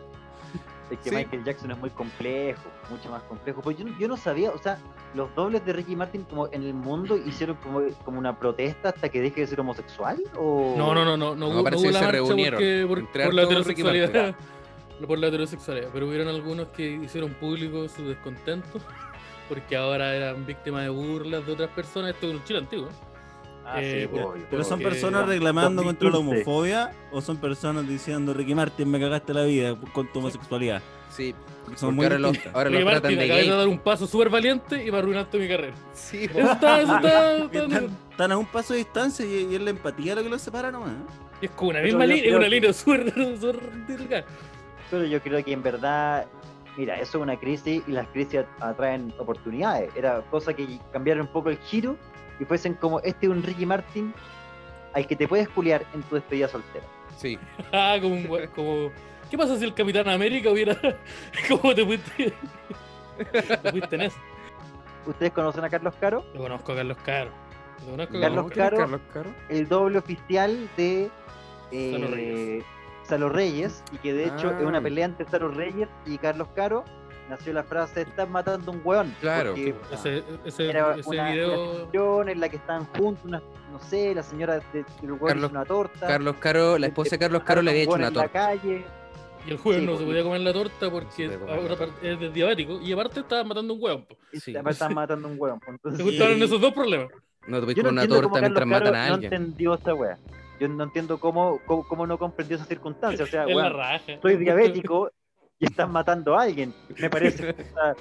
Speaker 4: Es que
Speaker 1: Sí.
Speaker 4: Michael Jackson es muy complejo, mucho más complejo. Pues yo, no- yo no sabía, o sea, los dobles de Ricky Martin como en el mundo hicieron como, como una protesta hasta que deje de ser homosexual o
Speaker 2: No, no, no, no, no, hubo- no
Speaker 1: parece
Speaker 2: hubo
Speaker 1: que
Speaker 2: la
Speaker 1: se
Speaker 2: marcha
Speaker 1: reunieron
Speaker 2: porque- por,
Speaker 1: entre
Speaker 2: por la
Speaker 1: hartos Ricky Martin.
Speaker 2: heterosexualidad. Por la heterosexualidad, pero hubieron algunos que hicieron público su descontento porque ahora eran víctimas de burlas de otras personas. Esto es un chile antiguo.
Speaker 4: Ah, sí,
Speaker 3: pues,
Speaker 2: Eh, pero-
Speaker 4: obvio,
Speaker 3: Pero son
Speaker 4: obvio.
Speaker 2: Porque-
Speaker 3: personas reclamando contra la
Speaker 4: 2015.
Speaker 3: homofobia o son personas diciendo Ricky Martin me cagaste la vida con tu homosexualidad.
Speaker 1: Sí,
Speaker 3: Porque son
Speaker 1: porque
Speaker 3: muy
Speaker 1: ahora los,
Speaker 3: distintas.
Speaker 1: ahora los
Speaker 2: Ricky
Speaker 1: tratan
Speaker 2: Martin
Speaker 1: de
Speaker 2: acaba de
Speaker 1: gay.
Speaker 2: dar un paso súper valiente y me arruinaste mi carrera.
Speaker 1: Sí, po.
Speaker 2: Eso está, eso está,
Speaker 3: Que
Speaker 2: está-
Speaker 3: Están, están a un paso de distancia y, y es la empatía lo que los separa nomás. ¿eh?
Speaker 2: Es como una
Speaker 4: Pero
Speaker 2: misma
Speaker 4: yo
Speaker 2: línea, es
Speaker 4: creo
Speaker 2: una
Speaker 4: que-
Speaker 2: línea súper súper delgada.
Speaker 4: Pero yo creo que en verdad, mira, eso es una crisis y las crisis at- atraen oportunidades. Era cosa que cambiaron un poco el giro y fuesen como este es un Ricky Martin al que te puedes culiar en tu despedida soltera.
Speaker 1: sí.
Speaker 2: Ah, como, un gua- como. ¿Qué pasa si el Capitán América hubiera. ¿Cómo te fuiste? te fuiste en eso.
Speaker 4: ¿Ustedes conocen a Carlos Caro?
Speaker 2: Lo conozco a Carlos Caro. Lo conozco a
Speaker 4: Carlos
Speaker 1: No, ¿quién es
Speaker 4: Caro.
Speaker 1: Carlos Caro.
Speaker 4: El doble oficial de eh,
Speaker 2: Salo Reyes.
Speaker 4: Salo Reyes, y que de hecho
Speaker 1: Ah,
Speaker 4: es una
Speaker 1: ya.
Speaker 4: pelea entre Salo Reyes y Carlos Caro. Nació la frase, estás matando un hueón.
Speaker 1: Claro.
Speaker 4: porque-
Speaker 2: Ese, ese,
Speaker 4: Era
Speaker 2: ese
Speaker 4: una-
Speaker 2: video.
Speaker 4: situación en la que están juntos, una- no sé, la señora de- del hueón
Speaker 1: Carlos-
Speaker 4: hizo una torta.
Speaker 1: Carlos Caro, la esposa de Carlos Caro le había hecho una torta.
Speaker 4: En la calle.
Speaker 2: Y el jueves
Speaker 4: Sí,
Speaker 2: no
Speaker 4: pues,
Speaker 2: se
Speaker 4: y-
Speaker 2: podía comer la torta
Speaker 1: No
Speaker 2: porque
Speaker 1: se podía comer la
Speaker 2: ahora
Speaker 1: torta.
Speaker 2: par- es de diabético. Y aparte estaba matando un hueón. po.
Speaker 4: y
Speaker 1: Sí.
Speaker 4: además Están matando a un hueón. pues,
Speaker 2: Se
Speaker 4: Entonces,
Speaker 3: Sí.
Speaker 2: juntaron esos dos problemas.
Speaker 1: No te
Speaker 4: yo
Speaker 1: pedís
Speaker 4: no
Speaker 1: con una
Speaker 4: entiendo cómo
Speaker 1: torta
Speaker 4: Carlos
Speaker 1: mientras matan
Speaker 4: Caro
Speaker 1: a
Speaker 4: no
Speaker 1: alguien.
Speaker 4: entendió esta wea. Yo no entiendo cómo, cómo, cómo no comprendió esa circunstancia. O sea,
Speaker 2: Es la
Speaker 4: weón,
Speaker 2: raja.
Speaker 4: soy diabético y están matando a alguien. Me parece. que está-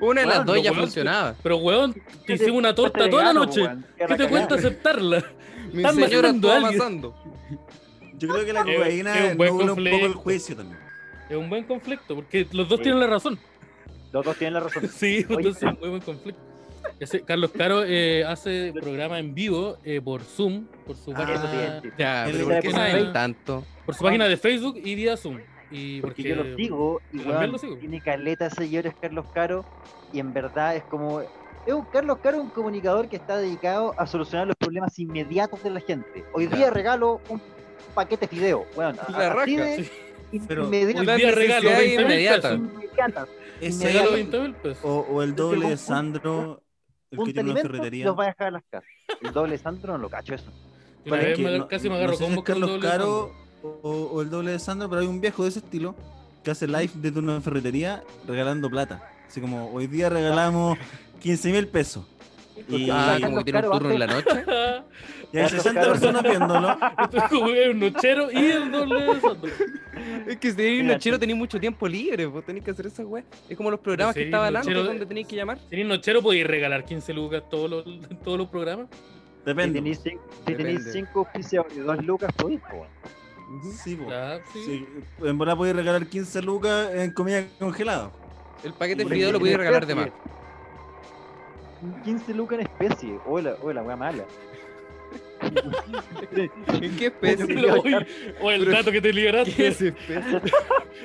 Speaker 1: Una de las
Speaker 4: Weón,
Speaker 1: dos
Speaker 2: lo
Speaker 1: ya
Speaker 2: weón-
Speaker 1: funcionaba.
Speaker 2: Pero, weón, te hicimos una torta
Speaker 4: Está
Speaker 2: toda la
Speaker 4: vegano,
Speaker 2: noche.
Speaker 4: weón.
Speaker 2: ¿Qué te
Speaker 4: la
Speaker 2: cuesta
Speaker 4: cagada.
Speaker 2: aceptarla?
Speaker 1: Mi
Speaker 2: Están
Speaker 1: señora
Speaker 2: matando a
Speaker 1: estaba
Speaker 2: alguien.
Speaker 1: pasando.
Speaker 3: Yo creo que la
Speaker 2: Es- es
Speaker 3: cocaína
Speaker 2: un buen
Speaker 3: nubla un poco el
Speaker 2: conflicto.
Speaker 3: juicio también.
Speaker 2: Es un buen conflicto, porque los dos
Speaker 4: Sí.
Speaker 2: tienen la razón.
Speaker 4: Los dos tienen la razón.
Speaker 2: Sí, entonces es un muy buen conflicto. Ese- Carlos Caro eh, hace programa en vivo eh, por Zoom, por su,
Speaker 3: Ah,
Speaker 2: página,
Speaker 4: eso sí,
Speaker 1: Ya,
Speaker 3: Él
Speaker 1: pero
Speaker 3: era
Speaker 1: ¿por qué
Speaker 3: como
Speaker 1: saben
Speaker 2: una-
Speaker 1: tanto?
Speaker 2: por su página de Facebook y vía Zoom. Y
Speaker 4: Porque yo lo sigo y
Speaker 2: yo también
Speaker 4: weón,
Speaker 2: lo sigo.
Speaker 4: tiene caleta de seguidores Carlos Caro y en verdad es como es un Carlos Caro es un comunicador que está dedicado a solucionar los problemas inmediatos de la gente. Hoy
Speaker 1: Ya.
Speaker 4: día regalo un paquete fideo, weón, a-
Speaker 1: La
Speaker 4: así
Speaker 1: raja,
Speaker 4: de
Speaker 2: sí.
Speaker 3: Pero
Speaker 4: inmediatas,
Speaker 2: Hoy día regalo
Speaker 1: necesidad
Speaker 2: 20 mil
Speaker 1: inmediata.
Speaker 2: pesos.
Speaker 4: inmediatas.
Speaker 3: Ese
Speaker 4: Inmediato.
Speaker 2: Regalo
Speaker 3: o,
Speaker 2: 20 mil pesos.
Speaker 3: o el
Speaker 4: Desde
Speaker 3: doble
Speaker 4: algún
Speaker 3: de Sandro, el que
Speaker 4: Punta
Speaker 3: tiene una
Speaker 4: alimentos
Speaker 3: ferretería.
Speaker 4: los va a dejar a las casas. El doble Sandro no lo cacho eso.
Speaker 2: Yo una
Speaker 4: para
Speaker 2: vez
Speaker 3: que
Speaker 2: me-
Speaker 3: no-
Speaker 2: casi me
Speaker 3: no
Speaker 2: agarro
Speaker 3: sé si es
Speaker 2: combo con
Speaker 3: Carlos
Speaker 2: doble
Speaker 3: Caro o, o el doble de Sandro, pero hay un viejo de ese estilo que hace live desde una ferretería regalando plata. Así como hoy día regalamos 15 mil pesos. Y,
Speaker 1: Ah,
Speaker 4: Carlos
Speaker 1: como que tiene un
Speaker 4: Caro
Speaker 1: turno en la noche.
Speaker 2: Sandro.
Speaker 3: y hay 60
Speaker 4: Carlos Caro.
Speaker 3: personas viéndolo.
Speaker 2: Esto es como un nochero y el doble de Sandro.
Speaker 1: Es que si tenés un
Speaker 4: Mira,
Speaker 1: nochero
Speaker 4: tú-
Speaker 1: tenés mucho tiempo libre, vos tenés que hacer esa weá. Es como los programas que
Speaker 2: Sí,
Speaker 1: estaban antes
Speaker 2: nochero-
Speaker 1: donde tenéis que llamar.
Speaker 2: Si eres nochero, podéis regalar 15 lucas todos los, en todos los programas.
Speaker 4: Si
Speaker 3: Depende.
Speaker 4: tenéis cinco, si tenéis
Speaker 1: Depende.
Speaker 4: cinco auspiciadores y dos lucas, podéis, po, weón.
Speaker 3: Sí, po.
Speaker 2: Ya, sí.
Speaker 3: Sí, En verdad podéis regalar 15 lucas en comida congelada.
Speaker 1: El paquete
Speaker 3: Y
Speaker 1: de Este video lo podía
Speaker 3: porque
Speaker 4: en
Speaker 1: regalar de más.
Speaker 4: especie. 15 lucas en especie. Hola, hola, wea mala.
Speaker 1: ¿En qué especie?
Speaker 4: Sí,
Speaker 2: Pero,
Speaker 4: yo-
Speaker 2: oye, o el
Speaker 1: pero-
Speaker 2: dato que te
Speaker 1: ¿Qué
Speaker 2: liberaste.
Speaker 1: es especie?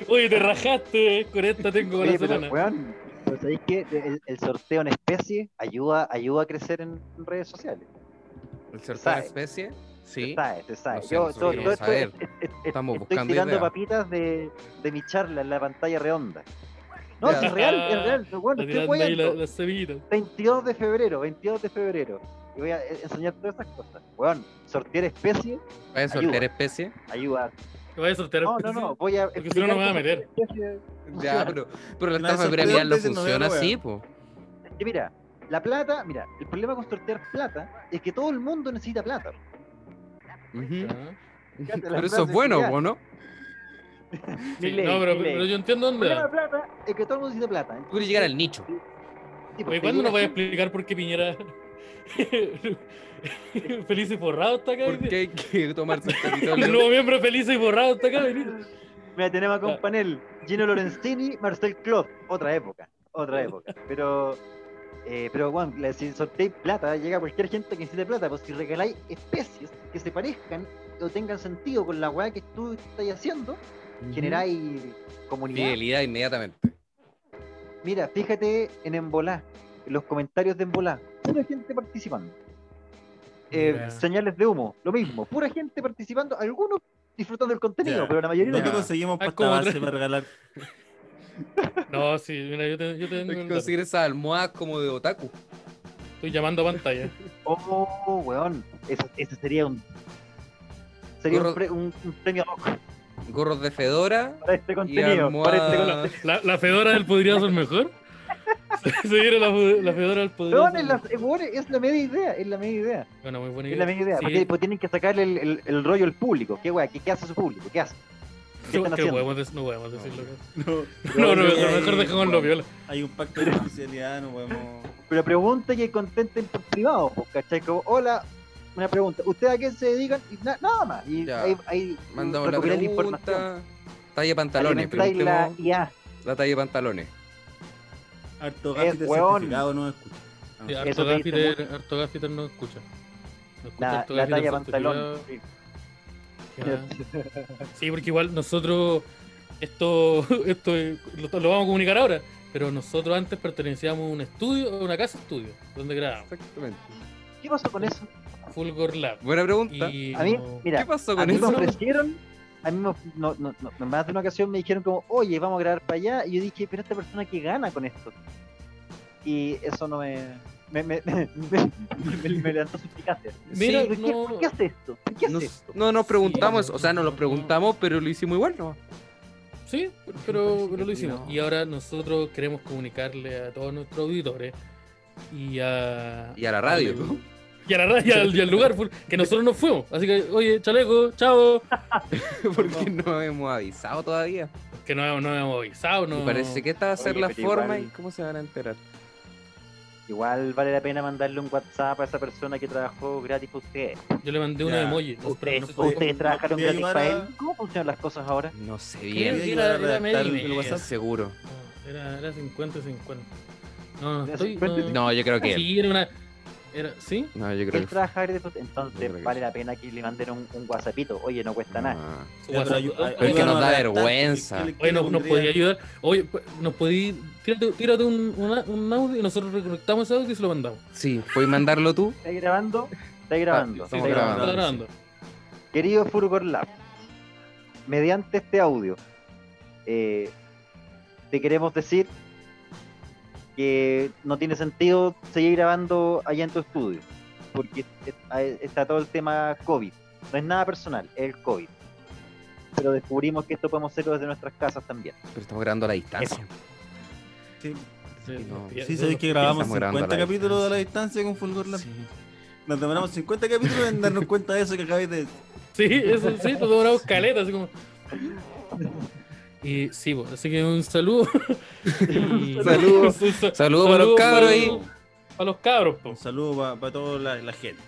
Speaker 2: Oye, te rajaste. Con esta tengo para
Speaker 4: Oye,
Speaker 2: la
Speaker 4: pero,
Speaker 2: semana.
Speaker 4: weón, pero sabéis que el, el sorteo en especie ayuda, ayuda a crecer en redes sociales.
Speaker 1: ¿El sorteo de
Speaker 4: Sabe.
Speaker 1: especie?
Speaker 4: Se
Speaker 1: Sí.
Speaker 4: sabe, se sabe.
Speaker 1: No sé,
Speaker 4: Yo
Speaker 1: nosotros
Speaker 4: todo-
Speaker 1: queremos
Speaker 4: todo esto-
Speaker 1: saber.
Speaker 4: es- es- es-
Speaker 1: Estamos
Speaker 4: estoy
Speaker 1: buscando
Speaker 4: tirando
Speaker 1: ideas.
Speaker 4: papitas de, de mi charla en la pantalla redonda. No,
Speaker 1: Ya.
Speaker 4: si es real, es real. pero, weón,
Speaker 2: Está
Speaker 4: estoy
Speaker 2: tirando ahí la-
Speaker 4: weyando.
Speaker 2: las semillitas.
Speaker 4: 22 de febrero, 22 de febrero. Y voy a eh, enseñar todas esas cosas. Weón, sortear especie
Speaker 1: ¿Vaya a sortear especie?
Speaker 4: ayuda.
Speaker 2: Te voy a soltar.
Speaker 4: No, no, no, voy a.
Speaker 2: Porque si no, no me voy a
Speaker 4: explicar
Speaker 2: meter.
Speaker 4: cómo sortear especie.
Speaker 1: Ya, pero, pero la
Speaker 3: Nadie
Speaker 1: estafa
Speaker 3: sorteó
Speaker 1: piramidal no
Speaker 3: especie, no veo
Speaker 1: funciona
Speaker 3: la wea.
Speaker 1: así, po.
Speaker 4: Es que mira, la plata, mira, el problema con sortear plata es que todo el mundo necesita plata.
Speaker 1: Ujú.
Speaker 2: Ah,
Speaker 4: Fíjate la
Speaker 1: Pero eso
Speaker 4: frase
Speaker 1: es bueno,
Speaker 4: genial.
Speaker 1: po, ¿no?
Speaker 2: Sí,
Speaker 4: Milei,
Speaker 2: no, pero,
Speaker 4: Milei.
Speaker 2: pero yo entiendo
Speaker 4: El
Speaker 2: dónde.
Speaker 4: problema de
Speaker 2: va.
Speaker 4: plata es que todo el mundo necesita plata.
Speaker 1: Tú quieres llegar al nicho.
Speaker 4: Sí, pues,
Speaker 2: Oye,
Speaker 4: te
Speaker 2: ¿cuándo
Speaker 4: llega
Speaker 2: nos voy a
Speaker 4: así,
Speaker 2: explicar por qué Piñera. feliz y forrado está acá?
Speaker 1: ¿Por qué hay que tomarse el
Speaker 2: El
Speaker 1: territorio?
Speaker 2: nuevo miembro feliz y forrado está acá. Benito.
Speaker 4: Mira, tenemos con
Speaker 2: Ya.
Speaker 4: panel Gino Lorenzini, Marcel Clot. Otra época, otra época. Pero, eh, pero Juan, la- si sorteáis plata, llega cualquier gente que necesite plata. Pues si regaláis especies que se parezcan o tengan sentido con la weá que tú estás haciendo, generáis comunidad.
Speaker 1: Fidelidad inmediatamente.
Speaker 4: Mira, fíjate en Embolá, en los comentarios de Embolá, pura gente participando. Eh,
Speaker 2: Mira.
Speaker 4: Señales de humo, lo mismo, pura gente participando, algunos disfrutando del contenido,
Speaker 3: Ya.
Speaker 4: pero la mayoría
Speaker 3: ¿Dónde
Speaker 1: Ya.
Speaker 4: no.
Speaker 3: conseguimos
Speaker 2: Ah,
Speaker 3: pasta
Speaker 2: como
Speaker 3: base
Speaker 2: tres.
Speaker 3: para regalar?
Speaker 2: No, sí, mira, yo te, yo te-
Speaker 1: Hay que conseguir esas almohadas como de otaku.
Speaker 2: Estoy llamando a pantalla.
Speaker 4: Oh, weón, ese, ese sería un sería un,
Speaker 1: Gorro-
Speaker 4: pre- un- un premio ad hoc
Speaker 1: Gorros de fedora
Speaker 4: para este
Speaker 1: y
Speaker 4: contenido. para este contenido.
Speaker 1: almohadas.
Speaker 2: ¿La, la Fedora del podría ser mejor? ¿Se viene la, la Fedora del podría
Speaker 4: Weón,
Speaker 2: ser
Speaker 4: es la, eh, weón, es la media idea, es la media idea,
Speaker 2: Bueno, muy buena
Speaker 4: es la
Speaker 2: idea.
Speaker 4: media idea,
Speaker 2: Sí,
Speaker 4: porque pues, tienen que sacarle el, el- el rollo al público, qué weá, qué, qué hace su público, qué hace.
Speaker 2: creo
Speaker 4: están
Speaker 2: que
Speaker 4: haciendo?
Speaker 2: podemos dec- no podemos decirlo. acá.
Speaker 3: No,
Speaker 2: No, no,
Speaker 3: Hay-
Speaker 2: no, mejor
Speaker 3: hay-
Speaker 2: dejemos los viola.
Speaker 3: Hay un pacto de oficialidad, no podemos.
Speaker 4: Pero pregunta que contenten por privado, pues, ¿cachai? Como, hola, una pregunta, ¿ustedes a qué se dedican? Y na- nada más. Y
Speaker 1: Ya.
Speaker 4: ahí, ahí
Speaker 1: Mandamos la
Speaker 4: recopiláis información.
Speaker 1: pregunta. Talla de pantalones.
Speaker 4: Alimentáis la
Speaker 1: Preguntemos
Speaker 4: IA.
Speaker 1: la talla de pantalones.
Speaker 3: Harto gafi de
Speaker 4: weón.
Speaker 3: certificado no escucha.
Speaker 2: Sí,
Speaker 3: Ah,
Speaker 2: harto
Speaker 4: Eso te dice
Speaker 2: gaffiter- harto gaffiter no escucha. No escucha
Speaker 4: La,
Speaker 2: harto
Speaker 4: la
Speaker 2: gaffiter
Speaker 4: talla
Speaker 2: certificado.
Speaker 4: pantalón. sí.
Speaker 2: Ya. Sí, porque igual nosotros, esto, esto eh, lo, lo vamos a comunicar ahora, pero nosotros antes pertenecíamos a un estudio, a una casa estudio, donde grabamos,
Speaker 1: Exactamente.
Speaker 4: ¿Qué pasó con eso?
Speaker 2: Fulgor Lab.
Speaker 1: Buena pregunta.
Speaker 2: Y
Speaker 4: A mí,
Speaker 2: no-
Speaker 1: ¿Qué
Speaker 4: mira,
Speaker 1: pasó
Speaker 4: a
Speaker 1: con
Speaker 4: mí me
Speaker 1: eso?
Speaker 4: ofrecieron, a mí me of- no, no, no, en más de una ocasión me dijeron como, oye, vamos a grabar para allá. Y yo dije, pero esta persona que gana con esto. Y eso no me... Me, me, me, me, me- me levantó suspicacia.
Speaker 2: Mira,
Speaker 4: ¿Por, qué,
Speaker 2: no-
Speaker 4: ¿Por qué hace esto? ¿Por qué hace
Speaker 1: Nos-
Speaker 4: esto?
Speaker 1: no nos preguntamos,
Speaker 2: Sí,
Speaker 1: o sea, no lo
Speaker 2: no.
Speaker 1: preguntamos, pero lo hicimos igual, ¿no?
Speaker 2: Sí, pero, pero lo hicimos.
Speaker 1: No.
Speaker 2: Y ahora nosotros queremos comunicarle a todos nuestros auditores y a...
Speaker 1: Y a la radio.
Speaker 2: al- Y a la raya, y al, y al lugar full, que nosotros nos fuimos. Así que, oye, chaleco, chao.
Speaker 1: Porque no hemos avisado todavía.
Speaker 2: Que no, no hemos avisado,
Speaker 1: Y
Speaker 2: no.
Speaker 1: parece que esta va a ser
Speaker 4: Oye,
Speaker 1: la
Speaker 4: pero
Speaker 1: forma y
Speaker 4: igual-
Speaker 1: cómo se van a enterar.
Speaker 4: Igual vale la pena mandarle un WhatsApp a esa persona que trabajó gratis para ustedes.
Speaker 2: Yo le mandé una
Speaker 3: Ya.
Speaker 2: emoji. No, pero no
Speaker 4: Ustedes,
Speaker 2: sé-
Speaker 3: puede-
Speaker 4: ustedes trabajaron
Speaker 3: ¿Te
Speaker 4: gratis
Speaker 3: ayudara?
Speaker 4: para él. ¿Cómo funcionan las cosas ahora?
Speaker 1: No sé
Speaker 2: Creo
Speaker 1: bien.
Speaker 2: que
Speaker 3: Ayudar a
Speaker 2: era, era media
Speaker 3: redactar
Speaker 2: y
Speaker 3: el
Speaker 2: media.
Speaker 1: Estás seguro.
Speaker 2: Era, era 50 50. No, no
Speaker 4: Era
Speaker 2: estoy.
Speaker 4: 50.
Speaker 1: No, yo creo que él.
Speaker 2: Sí, era una. Era, ¿Sí?
Speaker 1: No, yo creo
Speaker 4: Él
Speaker 1: que fue-
Speaker 4: trabaja gratis para ustedes.
Speaker 1: Yo creo
Speaker 4: Entonces
Speaker 1: que
Speaker 4: vale
Speaker 1: sí.
Speaker 4: la pena que le manden un, un WhatsAppito. Oye, no cuesta nada.
Speaker 1: Ah.
Speaker 3: Ya, pero ayu-
Speaker 1: Pero
Speaker 2: Oye,
Speaker 1: es que
Speaker 3: ayúdanos
Speaker 1: nos
Speaker 3: a
Speaker 1: da
Speaker 3: redactar,
Speaker 1: vergüenza.
Speaker 3: ¿qué le- qué
Speaker 2: Oye,
Speaker 3: le
Speaker 2: no, nos
Speaker 3: pondría?
Speaker 2: podía ayudar. Oye, pues, nos podía. Tírate, tírate un, una- un audio y nosotros reconectamos ese audio y se lo mandamos.
Speaker 1: Sí, ¿puedes mandarlo tú?
Speaker 4: ¿Estás grabando? ¿Estás grabando?
Speaker 1: estamos
Speaker 4: ¿Estáis
Speaker 1: grabando.
Speaker 2: Está grabando.
Speaker 4: Querido Furgor Lab, mediante este audio, eh, te queremos decir que no tiene sentido seguir grabando allá en tu estudio, porque es- es- está todo el tema COVID. No es nada personal, es el COVID. Pero descubrimos que esto podemos hacerlo desde nuestras casas también.
Speaker 1: Pero estamos grabando a la distancia.
Speaker 3: Sí,
Speaker 2: Sí,
Speaker 1: No.
Speaker 2: ya-
Speaker 3: sí
Speaker 2: ya
Speaker 3: sabéis
Speaker 2: lo-
Speaker 3: que grabamos
Speaker 1: Estamos grabando a la
Speaker 3: 50 capítulos de la distancia con Fulgor Lab.
Speaker 2: Sí,
Speaker 3: Nos demoramos 50 capítulos en darnos cuenta de eso que acabáis de.
Speaker 2: Sí, eso sí, nos demoramos caleta, así como. Y sí, pues, así que un saludo. Y-
Speaker 1: Saludo.
Speaker 2: Un sa-
Speaker 1: Saludos para los cabros ahí.
Speaker 2: saludo Para los cabros, pues. po.
Speaker 3: Un saludo para toda la, la gente.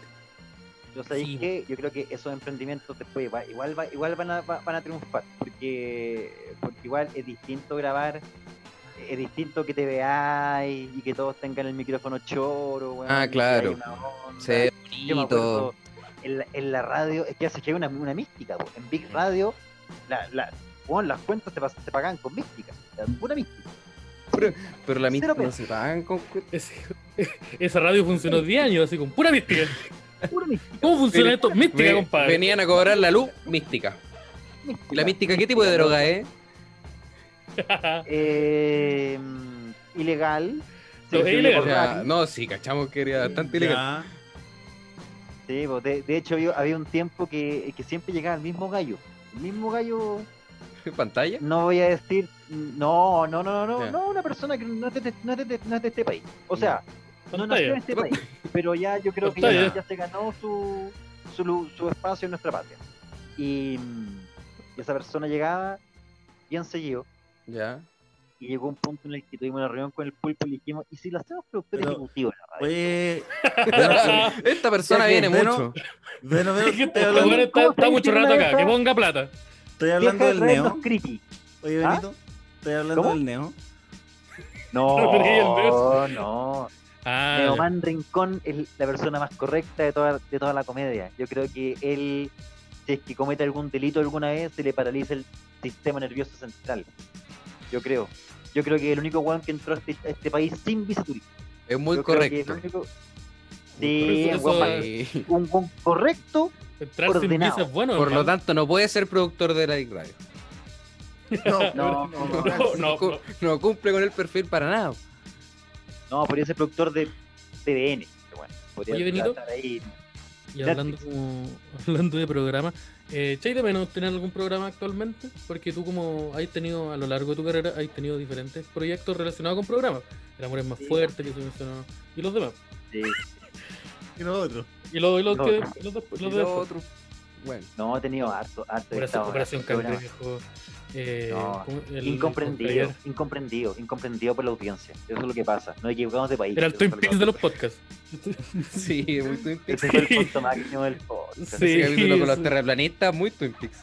Speaker 4: Yo sabéis
Speaker 2: Sí.
Speaker 4: que yo creo que esos emprendimientos después va- igual va- igual van a, va- van a triunfar, porque, porque igual es distinto grabar, es distinto que te veáis y que todos tengan el micrófono choro, weón,
Speaker 1: Ah,
Speaker 4: y que
Speaker 1: claro.
Speaker 4: haya una onda.
Speaker 1: Se ve
Speaker 4: Yo me
Speaker 1: bonito.
Speaker 4: acuerdo en la, en la radio, es que hace que hay una, una mística, po. en Big Radio, la, la, weón, las cuentas se, pas- se pagaban con mística, era pura mística.
Speaker 1: Pero la misma
Speaker 4: Cero
Speaker 1: no
Speaker 4: pesos.
Speaker 1: se pagan con.
Speaker 2: Ese- esa radio funcionó 10 años, así con pura mística.
Speaker 4: Pura mística.
Speaker 2: ¿Cómo funciona
Speaker 1: Ven-
Speaker 2: esto? Mística,
Speaker 1: Ve-
Speaker 2: compadre.
Speaker 1: Venían a cobrar la luz mística. ¿Y la mística qué tipo de droga es?
Speaker 4: Eh, mm, ilegal.
Speaker 2: No, es
Speaker 4: Sensible
Speaker 2: ilegal.
Speaker 1: O
Speaker 4: por
Speaker 1: sea,
Speaker 4: radio.
Speaker 1: no, sí, cachamos que era bastante ilegal.
Speaker 3: Ya.
Speaker 4: Sí, pues, de, de hecho yo- había un tiempo que, que siempre llegaba el mismo gallo. El mismo gallo,
Speaker 1: ¿Pantalla?
Speaker 4: no voy a decir, no, no, no, no, no,
Speaker 1: Ya.
Speaker 4: no, una persona que no es de, no es de- no es de este país. O sea, no nació en
Speaker 2: Pantalla.
Speaker 4: este país, pero ya yo creo que
Speaker 2: Pantalla.
Speaker 4: ya, ya se ganó su, su, lu- su espacio en nuestra patria. Y mm, esa persona llegaba bien seguido.
Speaker 1: Ya.
Speaker 4: Y llegó un punto en el que tuvimos una reunión con el pulpo y le dijimos, ¿y si lo hacemos productor
Speaker 3: Pero-
Speaker 4: ejecutivo? de la radio?
Speaker 3: Oye,
Speaker 1: Esta persona
Speaker 3: Ya que
Speaker 1: viene
Speaker 3: entero,
Speaker 1: mucho.
Speaker 3: bueno, bueno,
Speaker 2: Que
Speaker 3: estoy
Speaker 2: este
Speaker 3: hablando,
Speaker 2: weón está,
Speaker 4: ¿Cómo
Speaker 2: está
Speaker 4: estáis
Speaker 2: mucho
Speaker 4: viendo
Speaker 2: rato acá,
Speaker 4: eso?
Speaker 2: que ponga plata.
Speaker 3: estoy
Speaker 4: Deja
Speaker 3: hablando
Speaker 4: de
Speaker 3: del
Speaker 4: traernos
Speaker 3: neo.
Speaker 4: creepy.
Speaker 3: Oye,
Speaker 4: ¿Ah?
Speaker 3: Benito, estoy hablando
Speaker 4: ¿Cómo?
Speaker 3: del neo.
Speaker 2: No, pero ahí el
Speaker 4: No,
Speaker 2: verso.
Speaker 4: no.
Speaker 2: Ah, ya.
Speaker 4: Neoman Rincón es la persona más correcta de toda, de toda la comedia. Yo creo que él, si es que comete algún delito alguna vez, se le paraliza el sistema nervioso central. Yo creo. Yo creo que el único weón que entró a este, a este país sin visa turista.
Speaker 1: Es muy
Speaker 4: Yo creo que el
Speaker 1: correcto.
Speaker 4: único- Sí,
Speaker 2: Eso-
Speaker 4: weón,
Speaker 2: eso-
Speaker 1: Sí.
Speaker 4: un weón correcto.
Speaker 2: Entrar sin
Speaker 4: ordenado.
Speaker 2: visa es bueno.
Speaker 1: Por lo
Speaker 2: hermano.
Speaker 1: tanto, no puede ser productor de la Big Radio.
Speaker 3: No,
Speaker 4: No, no, no.
Speaker 2: No,
Speaker 1: cu-
Speaker 2: no.
Speaker 1: no cumple con el perfil para nada.
Speaker 4: No, podría ser productor de TVN. este weón. Podría
Speaker 2: Oye, Benito.
Speaker 4: estar ahí.
Speaker 2: Y hablando, como- hablando de programa, eh, ¿echáis de menos tener algún programa actualmente? Porque tú, como has tenido a lo largo de tu carrera, has tenido diferentes proyectos relacionados con programas. El amor es más
Speaker 4: Sí.
Speaker 2: fuerte, que se mencionó, y los demás.
Speaker 4: Sí.
Speaker 3: Y lo otro.
Speaker 2: Y los, y los
Speaker 4: No,
Speaker 2: que.
Speaker 4: no.
Speaker 2: Los, de- los
Speaker 1: Y
Speaker 2: de
Speaker 1: lo
Speaker 2: después.
Speaker 1: otro, bueno.
Speaker 4: No, ha tenido harto, harto de
Speaker 2: Operación, Operación
Speaker 4: esta hora.
Speaker 2: Cangrejo. eh,
Speaker 4: No,
Speaker 2: ¿cómo- el-
Speaker 4: Incomprendido, incomprendido, incomprendido por la audiencia. Eso es lo que pasa. Nos equivocamos de país.
Speaker 2: Era el
Speaker 4: Eso
Speaker 2: Twin
Speaker 4: es lo que
Speaker 2: Peaks de los podcasts.
Speaker 1: Sí, es muy Twin
Speaker 4: pasa.
Speaker 1: Peaks.
Speaker 4: Ese fue el punto máximo del podcast.
Speaker 2: Sí.
Speaker 1: Ese capítulo con los
Speaker 2: sí.
Speaker 1: terraplanistas, muy Twin Peaks.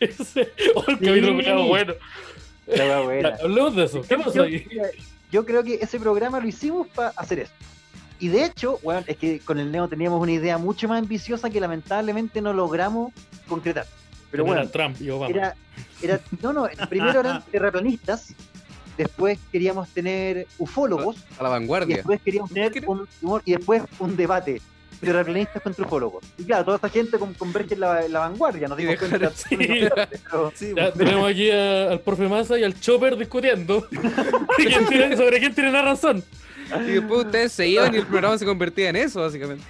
Speaker 2: Ese- oh, el capítulo culiao bueno.
Speaker 4: La wea
Speaker 2: Ya,
Speaker 4: buena.
Speaker 2: hablemos de eso. ¿Qué pasó
Speaker 4: Yo,
Speaker 2: ahí?
Speaker 4: yo creo que ese programa lo hicimos para hacer eso. Y de hecho, bueno, es que con el Neo teníamos una idea mucho más ambiciosa que lamentablemente no logramos concretar. Pero
Speaker 2: Era
Speaker 4: bueno,
Speaker 2: Trump y Obama.
Speaker 4: era, era, no, no, primero eran terraplanistas, después queríamos tener ufólogos,
Speaker 2: Ah,
Speaker 1: A la
Speaker 4: y
Speaker 1: vanguardia.
Speaker 4: después queríamos tener
Speaker 1: ¿Qué?
Speaker 4: un humor- y después un debate de terraplanistas contra ufólogos. Y claro, toda esta gente con- converge en la, en la vanguardia, nos
Speaker 1: Y
Speaker 4: dimos
Speaker 1: dejar-
Speaker 4: cuenta.
Speaker 2: sí.
Speaker 4: pero
Speaker 3: Sí,
Speaker 2: Ya tenemos aquí a- al profe Massa y al Chopper discutiendo sobre quién tiene, sobre quién tiene la razón.
Speaker 1: Y después ustedes se iban y el programa se convertía en eso, básicamente.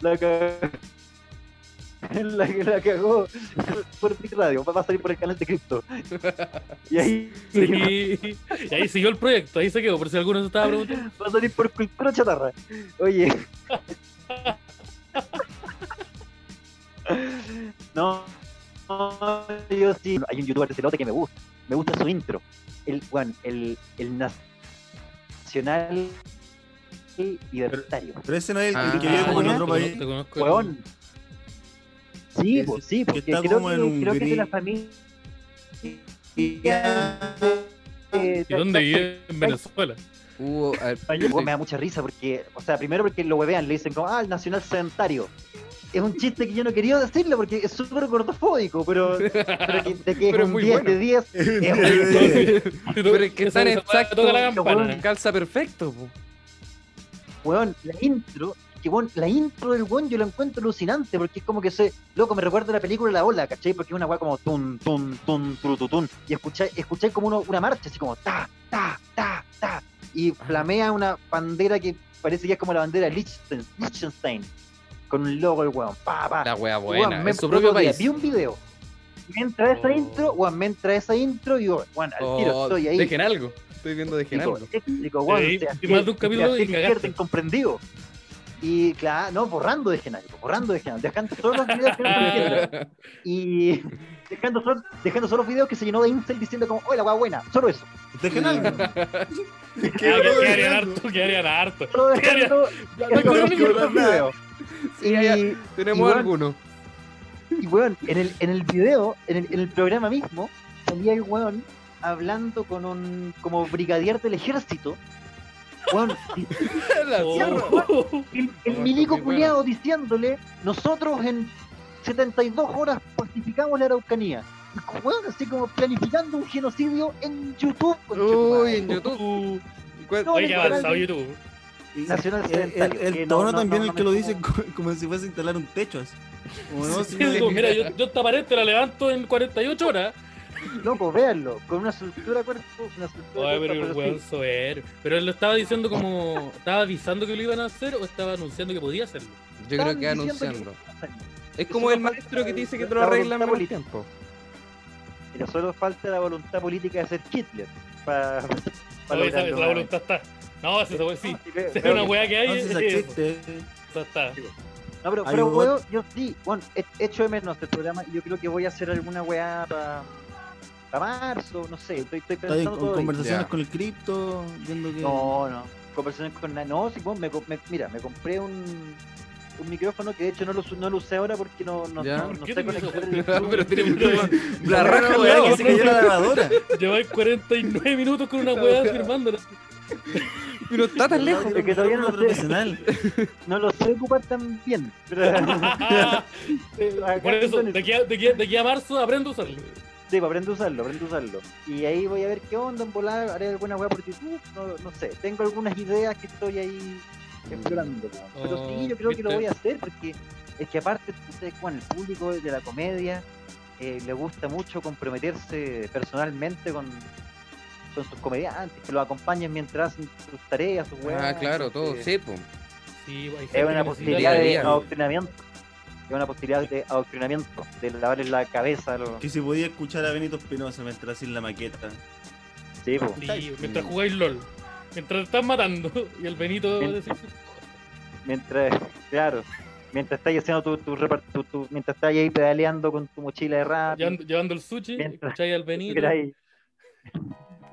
Speaker 4: la ca- la, que la cagó por Big Radio, va a salir por el canal de cripto. Y ahí
Speaker 2: Sí. Y ahí siguió el proyecto, ahí se quedó, por si alguno se estaba preguntando.
Speaker 4: va a salir por cultura chatarra. Oye. No, no, yo sí. Hay un youtuber de celote que me gusta. Me gusta su intro. El, weón, el, el nacional libertario.
Speaker 3: Pero ese no es el
Speaker 1: Ah,
Speaker 3: que vive como en
Speaker 4: ya.
Speaker 2: Te conozco,
Speaker 3: otro país.
Speaker 2: te conozco.
Speaker 4: Weón. Sí,
Speaker 3: Ese
Speaker 4: po, sí,
Speaker 3: que
Speaker 4: porque
Speaker 3: está
Speaker 4: creo
Speaker 3: como
Speaker 4: que,
Speaker 3: en un
Speaker 4: creo que es de la
Speaker 3: gris.
Speaker 4: familia.
Speaker 3: ¿Y
Speaker 2: ¿Y dónde vive? En Venezuela.
Speaker 1: Hubo. a ver,
Speaker 4: Español, weón, me da mucha risa porque, o sea, primero porque lo huevean, le dicen como, ah, el nacional sedentario. Es un chiste que yo no quería decirle porque es súper gordofóbico, pero, pero que te
Speaker 1: Pero
Speaker 4: quedes
Speaker 1: es
Speaker 4: un
Speaker 1: muy
Speaker 4: 10
Speaker 1: bueno.
Speaker 4: de 10.
Speaker 1: Pero es que
Speaker 2: Esa-
Speaker 1: tan
Speaker 2: esa weá
Speaker 1: exacto,
Speaker 2: Toca la
Speaker 4: weón.
Speaker 2: campana.
Speaker 1: calza perfecto, po.
Speaker 4: Weón, la intro, que weón, la intro del weón yo la encuentro alucinante porque es como que se, loco, me recuerda a la película La Ola, ¿cachai? Porque es una weá como tun, tun, tun, trututun. Y escucháis, escucháis como uno- una marcha, así como ta, ta, ta, ta. Y flamea una bandera que parece que es como la bandera de Liechtenstein, Liechtenstein, con un logo el weón, pa, pa.
Speaker 1: Ah, La wea
Speaker 4: Weón,
Speaker 1: buena.
Speaker 4: me-
Speaker 1: en su propio
Speaker 4: otro día
Speaker 1: país.
Speaker 4: Vi un video. Mientras esa
Speaker 2: Oh.
Speaker 4: intro, weón, mientras esa intro, y yo, weón, al tiro
Speaker 1: Oh,
Speaker 4: estoy ahí.
Speaker 1: Dejen algo. Estoy viendo dejen
Speaker 4: Eléctrico,
Speaker 1: algo.
Speaker 4: eléctrico, weón.
Speaker 2: Ahí,
Speaker 4: o sea,
Speaker 2: y más de un
Speaker 4: que-
Speaker 2: capítulo
Speaker 4: que
Speaker 2: y
Speaker 4: Arcel
Speaker 2: cagaste.
Speaker 4: Izquierdo incomprendido. Y claro, no, borrando de Genaro, borrando de Genaro, dejando todos los videos que no son de Genaro. Y dejando solo, dejando solo videos que se llenó de incel diciendo como, hola, guau, buena, solo eso.
Speaker 3: Dejen algo.
Speaker 2: ¿Qué
Speaker 3: Dejen algo.
Speaker 2: harían Ah, harto? ¿Qué harían harto?
Speaker 4: Solo dejando dejando
Speaker 2: no,
Speaker 4: los
Speaker 2: no,
Speaker 4: videos.
Speaker 3: no, no.
Speaker 1: Sí, allá
Speaker 4: Y,
Speaker 1: tenemos
Speaker 4: igual-
Speaker 1: alguno.
Speaker 4: y weón, en el, en el video, en el, en el programa mismo, salía el weón hablando con un, como brigadier del ejército. Weón,
Speaker 1: La zorra.
Speaker 2: Oh.
Speaker 4: el, el
Speaker 1: Oh,
Speaker 4: milico
Speaker 1: muy bueno.
Speaker 4: culiado diciéndole, nosotros en 72 horas pacificamos la Araucanía. Y, Weón, así como planificando un genocidio en YouTube.
Speaker 1: Uy,
Speaker 4: conchetumare.
Speaker 1: en YouTube.
Speaker 2: Uh,
Speaker 1: ¿Cuál-
Speaker 4: No,
Speaker 2: Oye,
Speaker 4: no,
Speaker 2: avanzado
Speaker 4: no.
Speaker 2: YouTube.
Speaker 4: Nacional
Speaker 3: El- El,
Speaker 4: sedentario,
Speaker 3: el
Speaker 4: que no,
Speaker 3: tono
Speaker 4: no,
Speaker 3: también
Speaker 4: no,
Speaker 3: el
Speaker 4: no
Speaker 3: que lo
Speaker 4: me-
Speaker 3: dice co- como si fuese a instalar un techo así. Como, no, si
Speaker 2: Sí,
Speaker 3: no-
Speaker 2: digo, mira, yo, yo esta pared te la levanto en 48 horas.
Speaker 4: Loco, véanlo, con una soltura cuerpo, una soltura
Speaker 2: Oye,
Speaker 4: cuerpo,
Speaker 2: pero el
Speaker 4: pero
Speaker 2: weón
Speaker 4: sí.
Speaker 2: soberbio. Pero él lo estaba diciendo como. ¿Estaba avisando que lo iban a hacer o estaba anunciando que podía hacerlo?
Speaker 1: Yo creo que
Speaker 4: Están diciendo
Speaker 1: anunciando.
Speaker 4: que-
Speaker 1: Es como el maestro que te dice que te lo arreglan en el tiempo.
Speaker 4: Mira, solo falta la voluntad política de ser Hitler. Para
Speaker 2: Oye, esa, esa voluntad está. No, esa weón sí. Es una weá que hay.
Speaker 3: no, si
Speaker 2: es
Speaker 3: esa
Speaker 2: eso.
Speaker 3: existe.
Speaker 2: Esa está.
Speaker 4: No, pero,
Speaker 3: Hay
Speaker 4: pero
Speaker 3: un
Speaker 4: weón, yo sí, bueno, he hecho de menos el programa y yo creo que voy a hacer alguna weá para marzo, no sé, estoy, estoy
Speaker 3: Está ahí
Speaker 4: pensando
Speaker 3: con
Speaker 4: todo.
Speaker 3: conversaciones
Speaker 1: Ya.
Speaker 3: con el cripto, viendo que.
Speaker 4: No, no, conversaciones con na- no, sí, weón, me, co- me- mira, me compré un, un micrófono que de hecho no lo, su- no lo usé ahora porque no, no,
Speaker 1: Ya.
Speaker 4: no,
Speaker 2: ¿Por
Speaker 4: no
Speaker 2: qué
Speaker 4: sé
Speaker 2: tenés
Speaker 4: conectar
Speaker 2: esa
Speaker 4: el-
Speaker 2: weá?
Speaker 1: Pero tiene
Speaker 2: Pero-
Speaker 1: mucho-
Speaker 3: La
Speaker 1: La raja
Speaker 3: rara
Speaker 1: al
Speaker 3: weá
Speaker 1: lado.
Speaker 3: que se cayó la lavadora.
Speaker 2: Lleváis 49 minutos con una weá firmándola.
Speaker 1: Y no está tan lejos.
Speaker 4: que todavía no sé.
Speaker 3: profesional.
Speaker 4: No lo sé ocupar tan bien. pero-
Speaker 2: Ah, Por eso, de aquí, a, de, aquí a- de aquí a marzo aprendo a usarlo.
Speaker 4: Sí, pues, aprende a usarlo, aprende a usarlo. Y ahí voy a ver qué onda, en volar, haré alguna weá por YouTube, no, no sé. Tengo algunas ideas que estoy ahí
Speaker 1: Ah,
Speaker 4: explorando. po. Pero sí, yo creo que lo
Speaker 2: viste.
Speaker 4: voy a hacer porque es que aparte, ustedes, con el público de la comedia eh, le gusta mucho comprometerse personalmente con, con sus comediantes, que los acompañen mientras hacen sus tareas, sus weas.
Speaker 1: Ah, claro, todo.
Speaker 4: entonces,
Speaker 1: Sí, po.
Speaker 2: Sí, hay gente
Speaker 4: Es
Speaker 2: que
Speaker 4: una
Speaker 2: necesita
Speaker 4: posibilidad
Speaker 2: la-
Speaker 4: de
Speaker 1: debería.
Speaker 4: adoctrinamiento. Es una posibilidad de adoctrinamiento, de lavarles la cabeza a los...
Speaker 3: Que si podía escuchar a Benito Espinosa mientras hacía la maqueta.
Speaker 4: Sí, po.
Speaker 2: Sí, mientras jugáis LOL. Mientras te están matando. Y el Benito
Speaker 4: Bien.
Speaker 2: decís,
Speaker 4: mientras, claro, mientras estás haciendo tu, tu, repar- tu- tu- mientras estás ahí pedaleando con tu mochila de rap,
Speaker 2: llevando, llevando el sushi,
Speaker 4: Mientras-
Speaker 2: escucháis al
Speaker 4: mientras
Speaker 2: Benito.
Speaker 4: esperáis-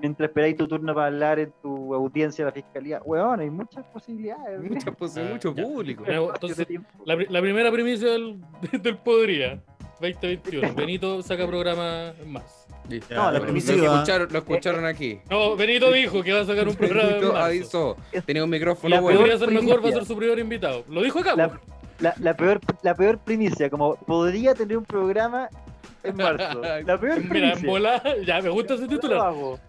Speaker 4: mientras esperáis tu turno para hablar en tu audiencia de la fiscalía, weón, hay muchas posibilidades. weón.
Speaker 1: Mucha pose-
Speaker 2: Ah,
Speaker 1: mucho
Speaker 2: ya.
Speaker 1: público.
Speaker 2: Pero-
Speaker 4: Espacio
Speaker 2: entonces,
Speaker 4: de tiempo.
Speaker 2: La, pri- la primera premisa del, del Podría 2021. Benito saca programa más.
Speaker 1: Listo.
Speaker 4: No, la
Speaker 1: Bueno,
Speaker 4: premisa-
Speaker 1: lo escucharon- Lo escucharon aquí.
Speaker 2: No, Benito dijo que va a sacar un programa en
Speaker 1: Benito
Speaker 2: marzo.
Speaker 1: avisó.
Speaker 4: Es-
Speaker 1: Tenía un
Speaker 4: La
Speaker 1: micrófono bueno.
Speaker 2: Podría ser mejor, va a ser su primer invitado. Lo dijo acá. pues.
Speaker 4: La-
Speaker 2: po.
Speaker 4: la, la peor, la peor primicia, como podría tener un programa en marzo. La
Speaker 2: Mira,
Speaker 4: peor
Speaker 2: en
Speaker 4: primicia.
Speaker 2: volada, ya me gusta ese
Speaker 4: Lo
Speaker 2: titular.
Speaker 4: hago.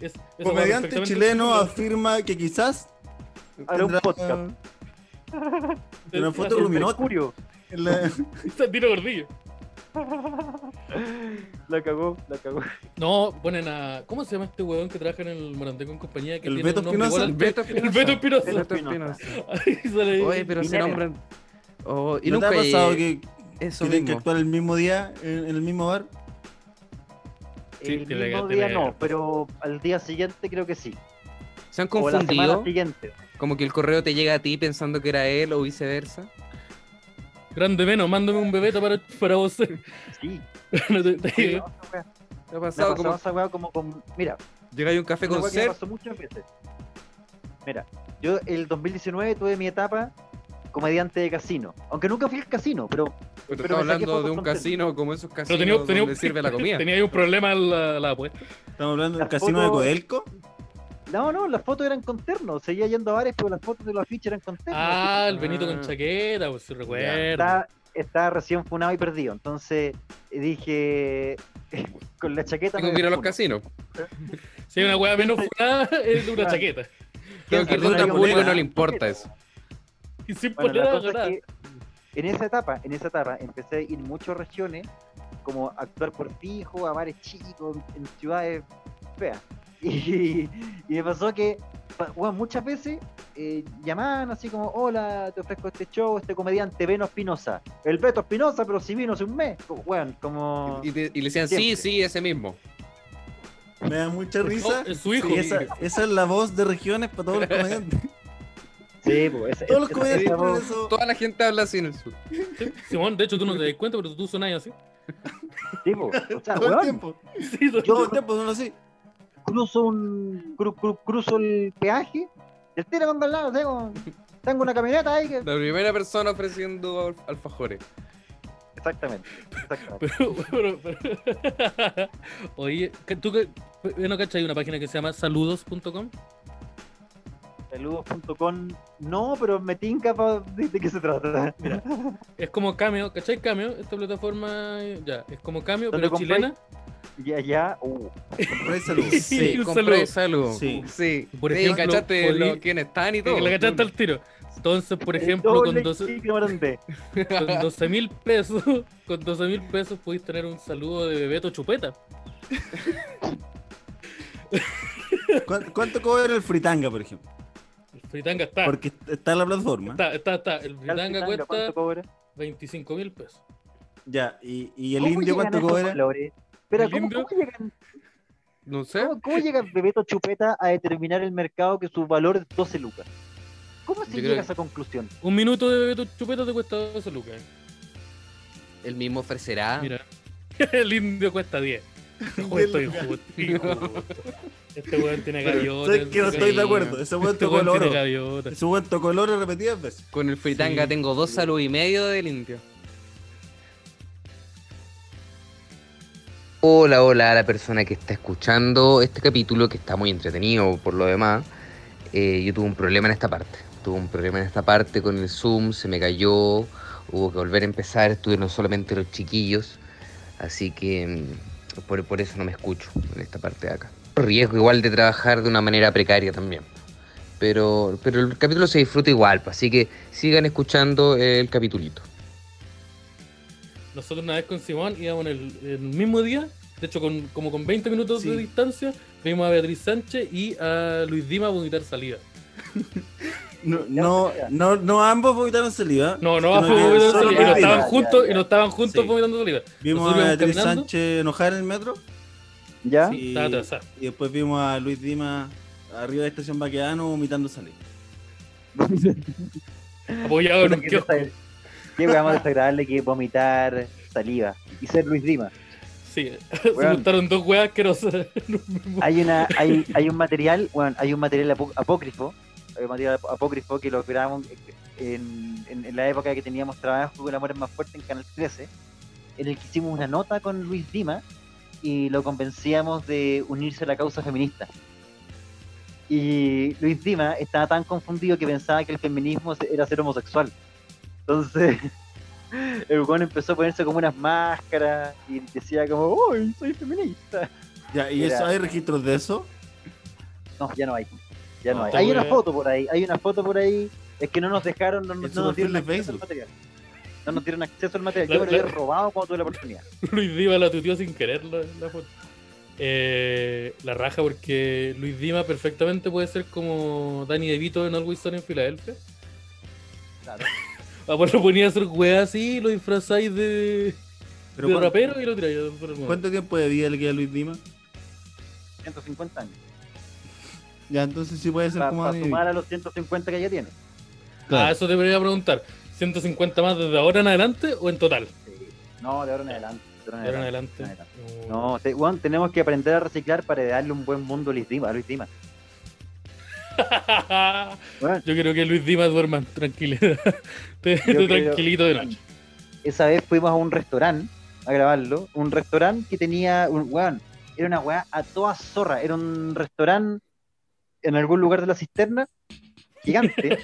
Speaker 2: Es- eso va
Speaker 3: Comediante
Speaker 2: perfectamente-
Speaker 3: Pues chileno afirma que quizás
Speaker 4: Hará un
Speaker 3: tendrá-
Speaker 4: podcast.
Speaker 3: una foto
Speaker 4: El
Speaker 3: luminosa.
Speaker 4: Mercurio.
Speaker 3: en la-
Speaker 2: Santino Gordillo.
Speaker 4: La cagó, la cagó.
Speaker 2: No, ponen a. ¿Cómo se llama este huevón que trabaja en el Morandé con compañía? Que
Speaker 3: El
Speaker 2: tiene
Speaker 3: Beto
Speaker 2: un nombre
Speaker 3: Espinosa.
Speaker 2: igual
Speaker 1: Beto
Speaker 2: al- El Beto Espinosa.
Speaker 1: Beto Espinosa.
Speaker 2: Ahí sale-
Speaker 1: Oye, pero se
Speaker 4: Piñera.
Speaker 1: nombran. Oh, y
Speaker 3: ¿No te
Speaker 1: nunca
Speaker 3: ha pasado
Speaker 1: llegué-
Speaker 3: que
Speaker 1: Eso
Speaker 3: Tienen que
Speaker 1: mismo.
Speaker 3: actuar el mismo día en, en el mismo bar.
Speaker 2: Sí,
Speaker 4: el
Speaker 2: te la-
Speaker 4: mismo
Speaker 2: te
Speaker 4: día
Speaker 2: la-
Speaker 4: no, pero al día siguiente creo que sí.
Speaker 1: ¿Se han
Speaker 4: O la semana
Speaker 1: confundido?
Speaker 4: siguiente.
Speaker 1: Como que el correo te llega a ti pensando que era él o viceversa.
Speaker 2: Grande menos, mándame un bebeto para, para vos.
Speaker 4: Sí.
Speaker 2: No te- te-
Speaker 4: sí, no, esa
Speaker 1: ¿Te
Speaker 4: weá.
Speaker 1: ha
Speaker 4: Me
Speaker 1: pasado
Speaker 4: ha pasado
Speaker 1: como
Speaker 4: esa weá como con. Mira,
Speaker 1: llegáis a un café
Speaker 4: una
Speaker 1: con
Speaker 4: weá que me
Speaker 1: ser?
Speaker 4: pasó muchas veces. Mira, yo el 2019 tuve mi etapa comediante de casino. Aunque nunca fui al casino, pero
Speaker 1: Pero estaba
Speaker 4: pero me saqué
Speaker 1: hablando de
Speaker 4: fotos
Speaker 1: un
Speaker 4: con él.
Speaker 1: casino como esos
Speaker 2: Pero
Speaker 1: casinos
Speaker 2: tenía, tenía,
Speaker 1: donde sirve la comida.
Speaker 2: tenía ahí un problema la, la apuesta.
Speaker 3: Estamos hablando del
Speaker 4: Las
Speaker 3: casino de
Speaker 4: fotos-
Speaker 3: Codelco.
Speaker 4: no, no, las fotos eran con terno. Seguía yendo a bares, pero las fotos de los afiches eran con terno.
Speaker 2: Ah, el Benito
Speaker 1: Ah.
Speaker 2: con chaqueta, pues si recuerdo.
Speaker 4: estaba, estaba recién funado y perdido. Entonces dije, con la chaqueta.
Speaker 1: Tengo
Speaker 4: me
Speaker 1: que ir a los
Speaker 4: funo.
Speaker 1: casinos.
Speaker 2: Si hay una weá menos funada, es de una
Speaker 4: Claro.
Speaker 2: chaqueta.
Speaker 1: Creo que
Speaker 4: ¿Quién
Speaker 1: al
Speaker 4: sabe
Speaker 1: ruta
Speaker 4: cómo
Speaker 1: público
Speaker 4: era?
Speaker 1: no le importa eso.
Speaker 2: Y sin
Speaker 4: Bueno,
Speaker 2: polera,
Speaker 4: la cosa es
Speaker 2: nada.
Speaker 4: que en esa etapa, en esa etapa, empecé a ir en muchas regiones, como a actuar por fijo, a bares chicos, en ciudades feas. Y, y me pasó que, pa- weón, muchas veces eh, llamaban así como, hola, te ofrezco este show, este comediante Beno Espinosa. El Beto Espinosa, pero si vino hace un mes. Como, weón, como...
Speaker 1: Y, te- y le decían, sí,
Speaker 4: Siempre.
Speaker 1: sí, ese mismo.
Speaker 3: Me da mucha risa.
Speaker 2: No, es su hijo.
Speaker 3: Y esa, esa es la voz de regiones para todos los comediantes.
Speaker 4: Sí, pues, esa-
Speaker 3: Todos los
Speaker 4: esa-
Speaker 3: comediantes
Speaker 4: esa
Speaker 3: ponen
Speaker 4: voz-
Speaker 3: eso.
Speaker 1: Toda la gente habla así en el sur.
Speaker 2: Simón, de hecho tú no te das cuenta, pero tú sonás así.
Speaker 4: sí, pues, o sea,
Speaker 3: Todo el
Speaker 4: weón,
Speaker 3: tiempo.
Speaker 2: Sí, son-
Speaker 3: Todo el tiempo son así.
Speaker 4: cruzo un cru- cru- cruzo el peaje el tiro con al lado tengo, tengo una camioneta ahí que
Speaker 1: La primera persona ofreciendo alf- alfajores.
Speaker 4: exactamente, exactamente.
Speaker 2: Pero, pero, pero- Oye, que- ¿tú que no cachai una página que se llama saludos.com?
Speaker 4: saludos.com no pero me tinca pa- de, de qué se trata mira
Speaker 2: Es como Cameo, ¿cachai Cameo? Esta plataforma, eh, ya, es como Cameo,
Speaker 4: ¿Dónde
Speaker 2: pero
Speaker 4: compráis?
Speaker 2: chilena.
Speaker 4: ya ya uh,
Speaker 3: Compráis saludos.
Speaker 2: Sí.
Speaker 3: Sí.
Speaker 2: Un
Speaker 1: Compré
Speaker 2: saludo.
Speaker 1: salud.
Speaker 3: Sí.
Speaker 1: Sí.
Speaker 2: Por
Speaker 1: Sí,
Speaker 2: ejemplo,
Speaker 1: cachaste
Speaker 2: podí-
Speaker 1: lo- quiénes están y
Speaker 2: que
Speaker 1: todo.
Speaker 2: La cachaste al tiro. Entonces, por ejemplo, con
Speaker 4: doble
Speaker 2: 12
Speaker 4: clic, no grande.
Speaker 2: con 12 mil pesos, con 12 mil pesos podéis tener un saludo de Bebeto Chupeta.
Speaker 3: ¿Cuán- ¿Cuánto cobra el fritanga, por ejemplo?
Speaker 2: El Fritanga está.
Speaker 3: Porque está en la plataforma.
Speaker 2: Ah. Está, está, está. El Fritanga
Speaker 4: ¿cuánto
Speaker 2: cuesta
Speaker 4: cobra?
Speaker 2: 25 mil pesos.
Speaker 3: Ya, ¿y, y el
Speaker 4: ¿Cómo
Speaker 3: indio
Speaker 4: llegan
Speaker 3: cuánto
Speaker 4: esos
Speaker 3: cobra?
Speaker 4: valores? pero
Speaker 2: ¿El
Speaker 4: ¿cómo,
Speaker 2: indio?
Speaker 4: cómo llegan,
Speaker 1: No sé.
Speaker 4: cómo, cómo llega Bebeto Chupeta a determinar el mercado que su valor es 12 lucas? ¿Cómo
Speaker 1: Yo
Speaker 4: se
Speaker 1: creo
Speaker 4: llega
Speaker 1: que-
Speaker 4: a esa conclusión?
Speaker 2: Un minuto de Bebeto Chupeta te cuesta 12 lucas.
Speaker 1: El mismo ofrecerá.
Speaker 2: Mira. El indio cuesta 10. Ojo, estoy injusto. injusto. Este weón tiene
Speaker 3: Pero,
Speaker 2: gaviotas.
Speaker 3: ¿sabes que no estoy de acuerdo. Ese weón
Speaker 2: Este
Speaker 3: tocó el
Speaker 2: weón tiene
Speaker 3: oro.
Speaker 2: gaviotas.
Speaker 3: Ese weón tocó el oro repetidas veces.
Speaker 1: Con el fritanga
Speaker 2: Sí.
Speaker 1: tengo dos salud y medio de limpio. Hola, hola a la persona que está escuchando este capítulo que está muy entretenido por lo demás. Eh, yo tuve un problema en esta parte. Tuve un problema en esta parte con el Zoom, se me cayó, hubo que volver a empezar, estuvieron solamente los chiquillos. Así que mm, por, por eso no me escucho en esta parte de acá. Riesgo igual de trabajar de una manera precaria también pero, pero el capítulo se disfruta igual, pa, así que sigan escuchando el capitulito.
Speaker 2: Nosotros una vez con Simón íbamos en el, el mismo día, de hecho con, como con 20 minutos
Speaker 3: Sí.
Speaker 2: de distancia, vimos a Beatriz Sánchez y a Luis Dima vomitar salida.
Speaker 3: No, no, no, no ambos vomitaron saliva.
Speaker 2: No, no,
Speaker 3: Sino que
Speaker 2: vomitar
Speaker 3: solo
Speaker 2: salida. Y no
Speaker 3: Luis Dima.
Speaker 2: estaban
Speaker 4: Ya,
Speaker 2: juntos,
Speaker 4: ya,
Speaker 2: y no estaban juntos
Speaker 3: Sí.
Speaker 2: vomitando salida. Nosotros
Speaker 3: Vimos a
Speaker 2: íbamos
Speaker 3: Beatriz
Speaker 2: caminando.
Speaker 3: Sánchez enojar en el metro.
Speaker 4: ¿Ya?
Speaker 3: Y-
Speaker 2: Estaba atrasado.
Speaker 3: Y después vimos a Luis Dima arriba de la estación Baquedano vomitando saliva.
Speaker 2: Apoyado en un
Speaker 4: Qué
Speaker 2: kiosco.
Speaker 4: desag- qué weá más desagradable que vomitar saliva y ser Luis Dima.
Speaker 2: Sí, se
Speaker 4: Weón.
Speaker 2: juntaron dos weas asquerosas en un mismo-
Speaker 4: Hay una, hay, hay un material, weón, hay un material apó- apócrifo, hay un material apó- apócrifo que lo grabamos en, en- en la época que teníamos trabajo con Amor es más fuerte en Canal 13, en el que hicimos una nota con Luis Dima y lo convencíamos de unirse a la causa feminista. Y Luis Dima estaba tan confundido que pensaba que el feminismo era ser homosexual. Entonces, el weón empezó a ponerse como unas máscaras y decía como, ¡Uy, soy feminista!
Speaker 3: Ya, ¿y
Speaker 4: Mira.
Speaker 3: eso hay registros de eso?
Speaker 4: No, ya no hay. Ya no
Speaker 3: No,
Speaker 4: hay.
Speaker 3: esta
Speaker 4: Hay una
Speaker 2: weá.
Speaker 4: foto por ahí, hay una foto por ahí. Es que no nos dejaron, no, no
Speaker 3: En su
Speaker 4: nos dieron
Speaker 3: perfil de
Speaker 4: acceso al
Speaker 3: Facebook.
Speaker 4: material. No nos dieron acceso al material.
Speaker 2: La-
Speaker 4: Yo me lo
Speaker 2: la-
Speaker 4: había robado cuando tuve la oportunidad.
Speaker 2: Luis Dima la tuteó sin querer la, la foto. Eh, la raja porque Luis Dima perfectamente puede ser como Danny DeVito en Always Sunny en Filadelfia.
Speaker 4: Claro.
Speaker 2: Papá Ah, pues lo ponía a hacer weas así, lo disfrazáis de,
Speaker 3: Pero
Speaker 2: de
Speaker 3: ¿cuán-
Speaker 2: rapero pues. y lo tiráis. por el mundo.
Speaker 3: ¿Cuánto tiempo de vida le queda a Luis Dima?
Speaker 4: 150 años.
Speaker 3: Ya, entonces sí puede ser
Speaker 4: Para
Speaker 3: como Danny
Speaker 4: sumar a los 150 que ya tiene.
Speaker 2: Ah, eso te debería preguntar. ¿150 más desde ahora en adelante o en total?
Speaker 4: Sí. No, de ahora en adelante. De
Speaker 2: De ahora en
Speaker 4: ahora en adelante.
Speaker 2: adelante.
Speaker 4: de ahora en No, te- weón, tenemos que aprender a reciclar para darle un buen mundo a Luis Dima. A Luis Dima. Weón,
Speaker 2: Yo creo que Luis Dimas duerma en tranquilidad. Te- te
Speaker 4: creo-
Speaker 2: tranquilito de noche.
Speaker 4: esa vez fuimos a un restaurante a grabarlo. Un restaurante que tenía un weón. Era una weá a toda zorra. Era un restaurante en algún lugar de la cisterna. Gigante.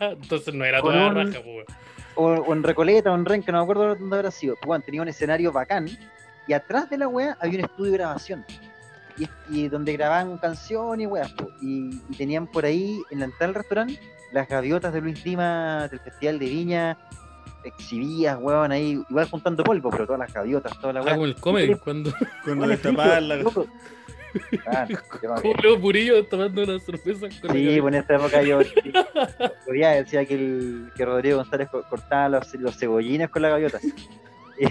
Speaker 2: Entonces no era
Speaker 4: Con
Speaker 2: toda
Speaker 4: un-
Speaker 2: raja, po, weón.
Speaker 4: o, o en Recoleta o en Renca, no me acuerdo dónde habrá sido. Pues, Weón, tenía un escenario bacán. Y atrás de la weá había un estudio de grabación. Y, y donde grababan canciones y weas, po. Y, y tenían por ahí, en la entrada del restaurante, las gaviotas de Luis Dima del Festival de Viña, exhibidas, weón, ahí, igual juntando polvo, pero todas las gaviotas, toda la
Speaker 2: Ah,
Speaker 4: weá.
Speaker 2: como el comedy, cuando
Speaker 3: Cuando
Speaker 4: Weón,
Speaker 3: destaparla.
Speaker 4: loco. Ah, qué mal.
Speaker 2: como Leo Purillo tomando una cerveza con
Speaker 4: Sí,
Speaker 2: el-
Speaker 4: pues en esta época yo podía decía que, el, que Rodrigo González co- cortaba los, los cebollines con la gaviota. Eh,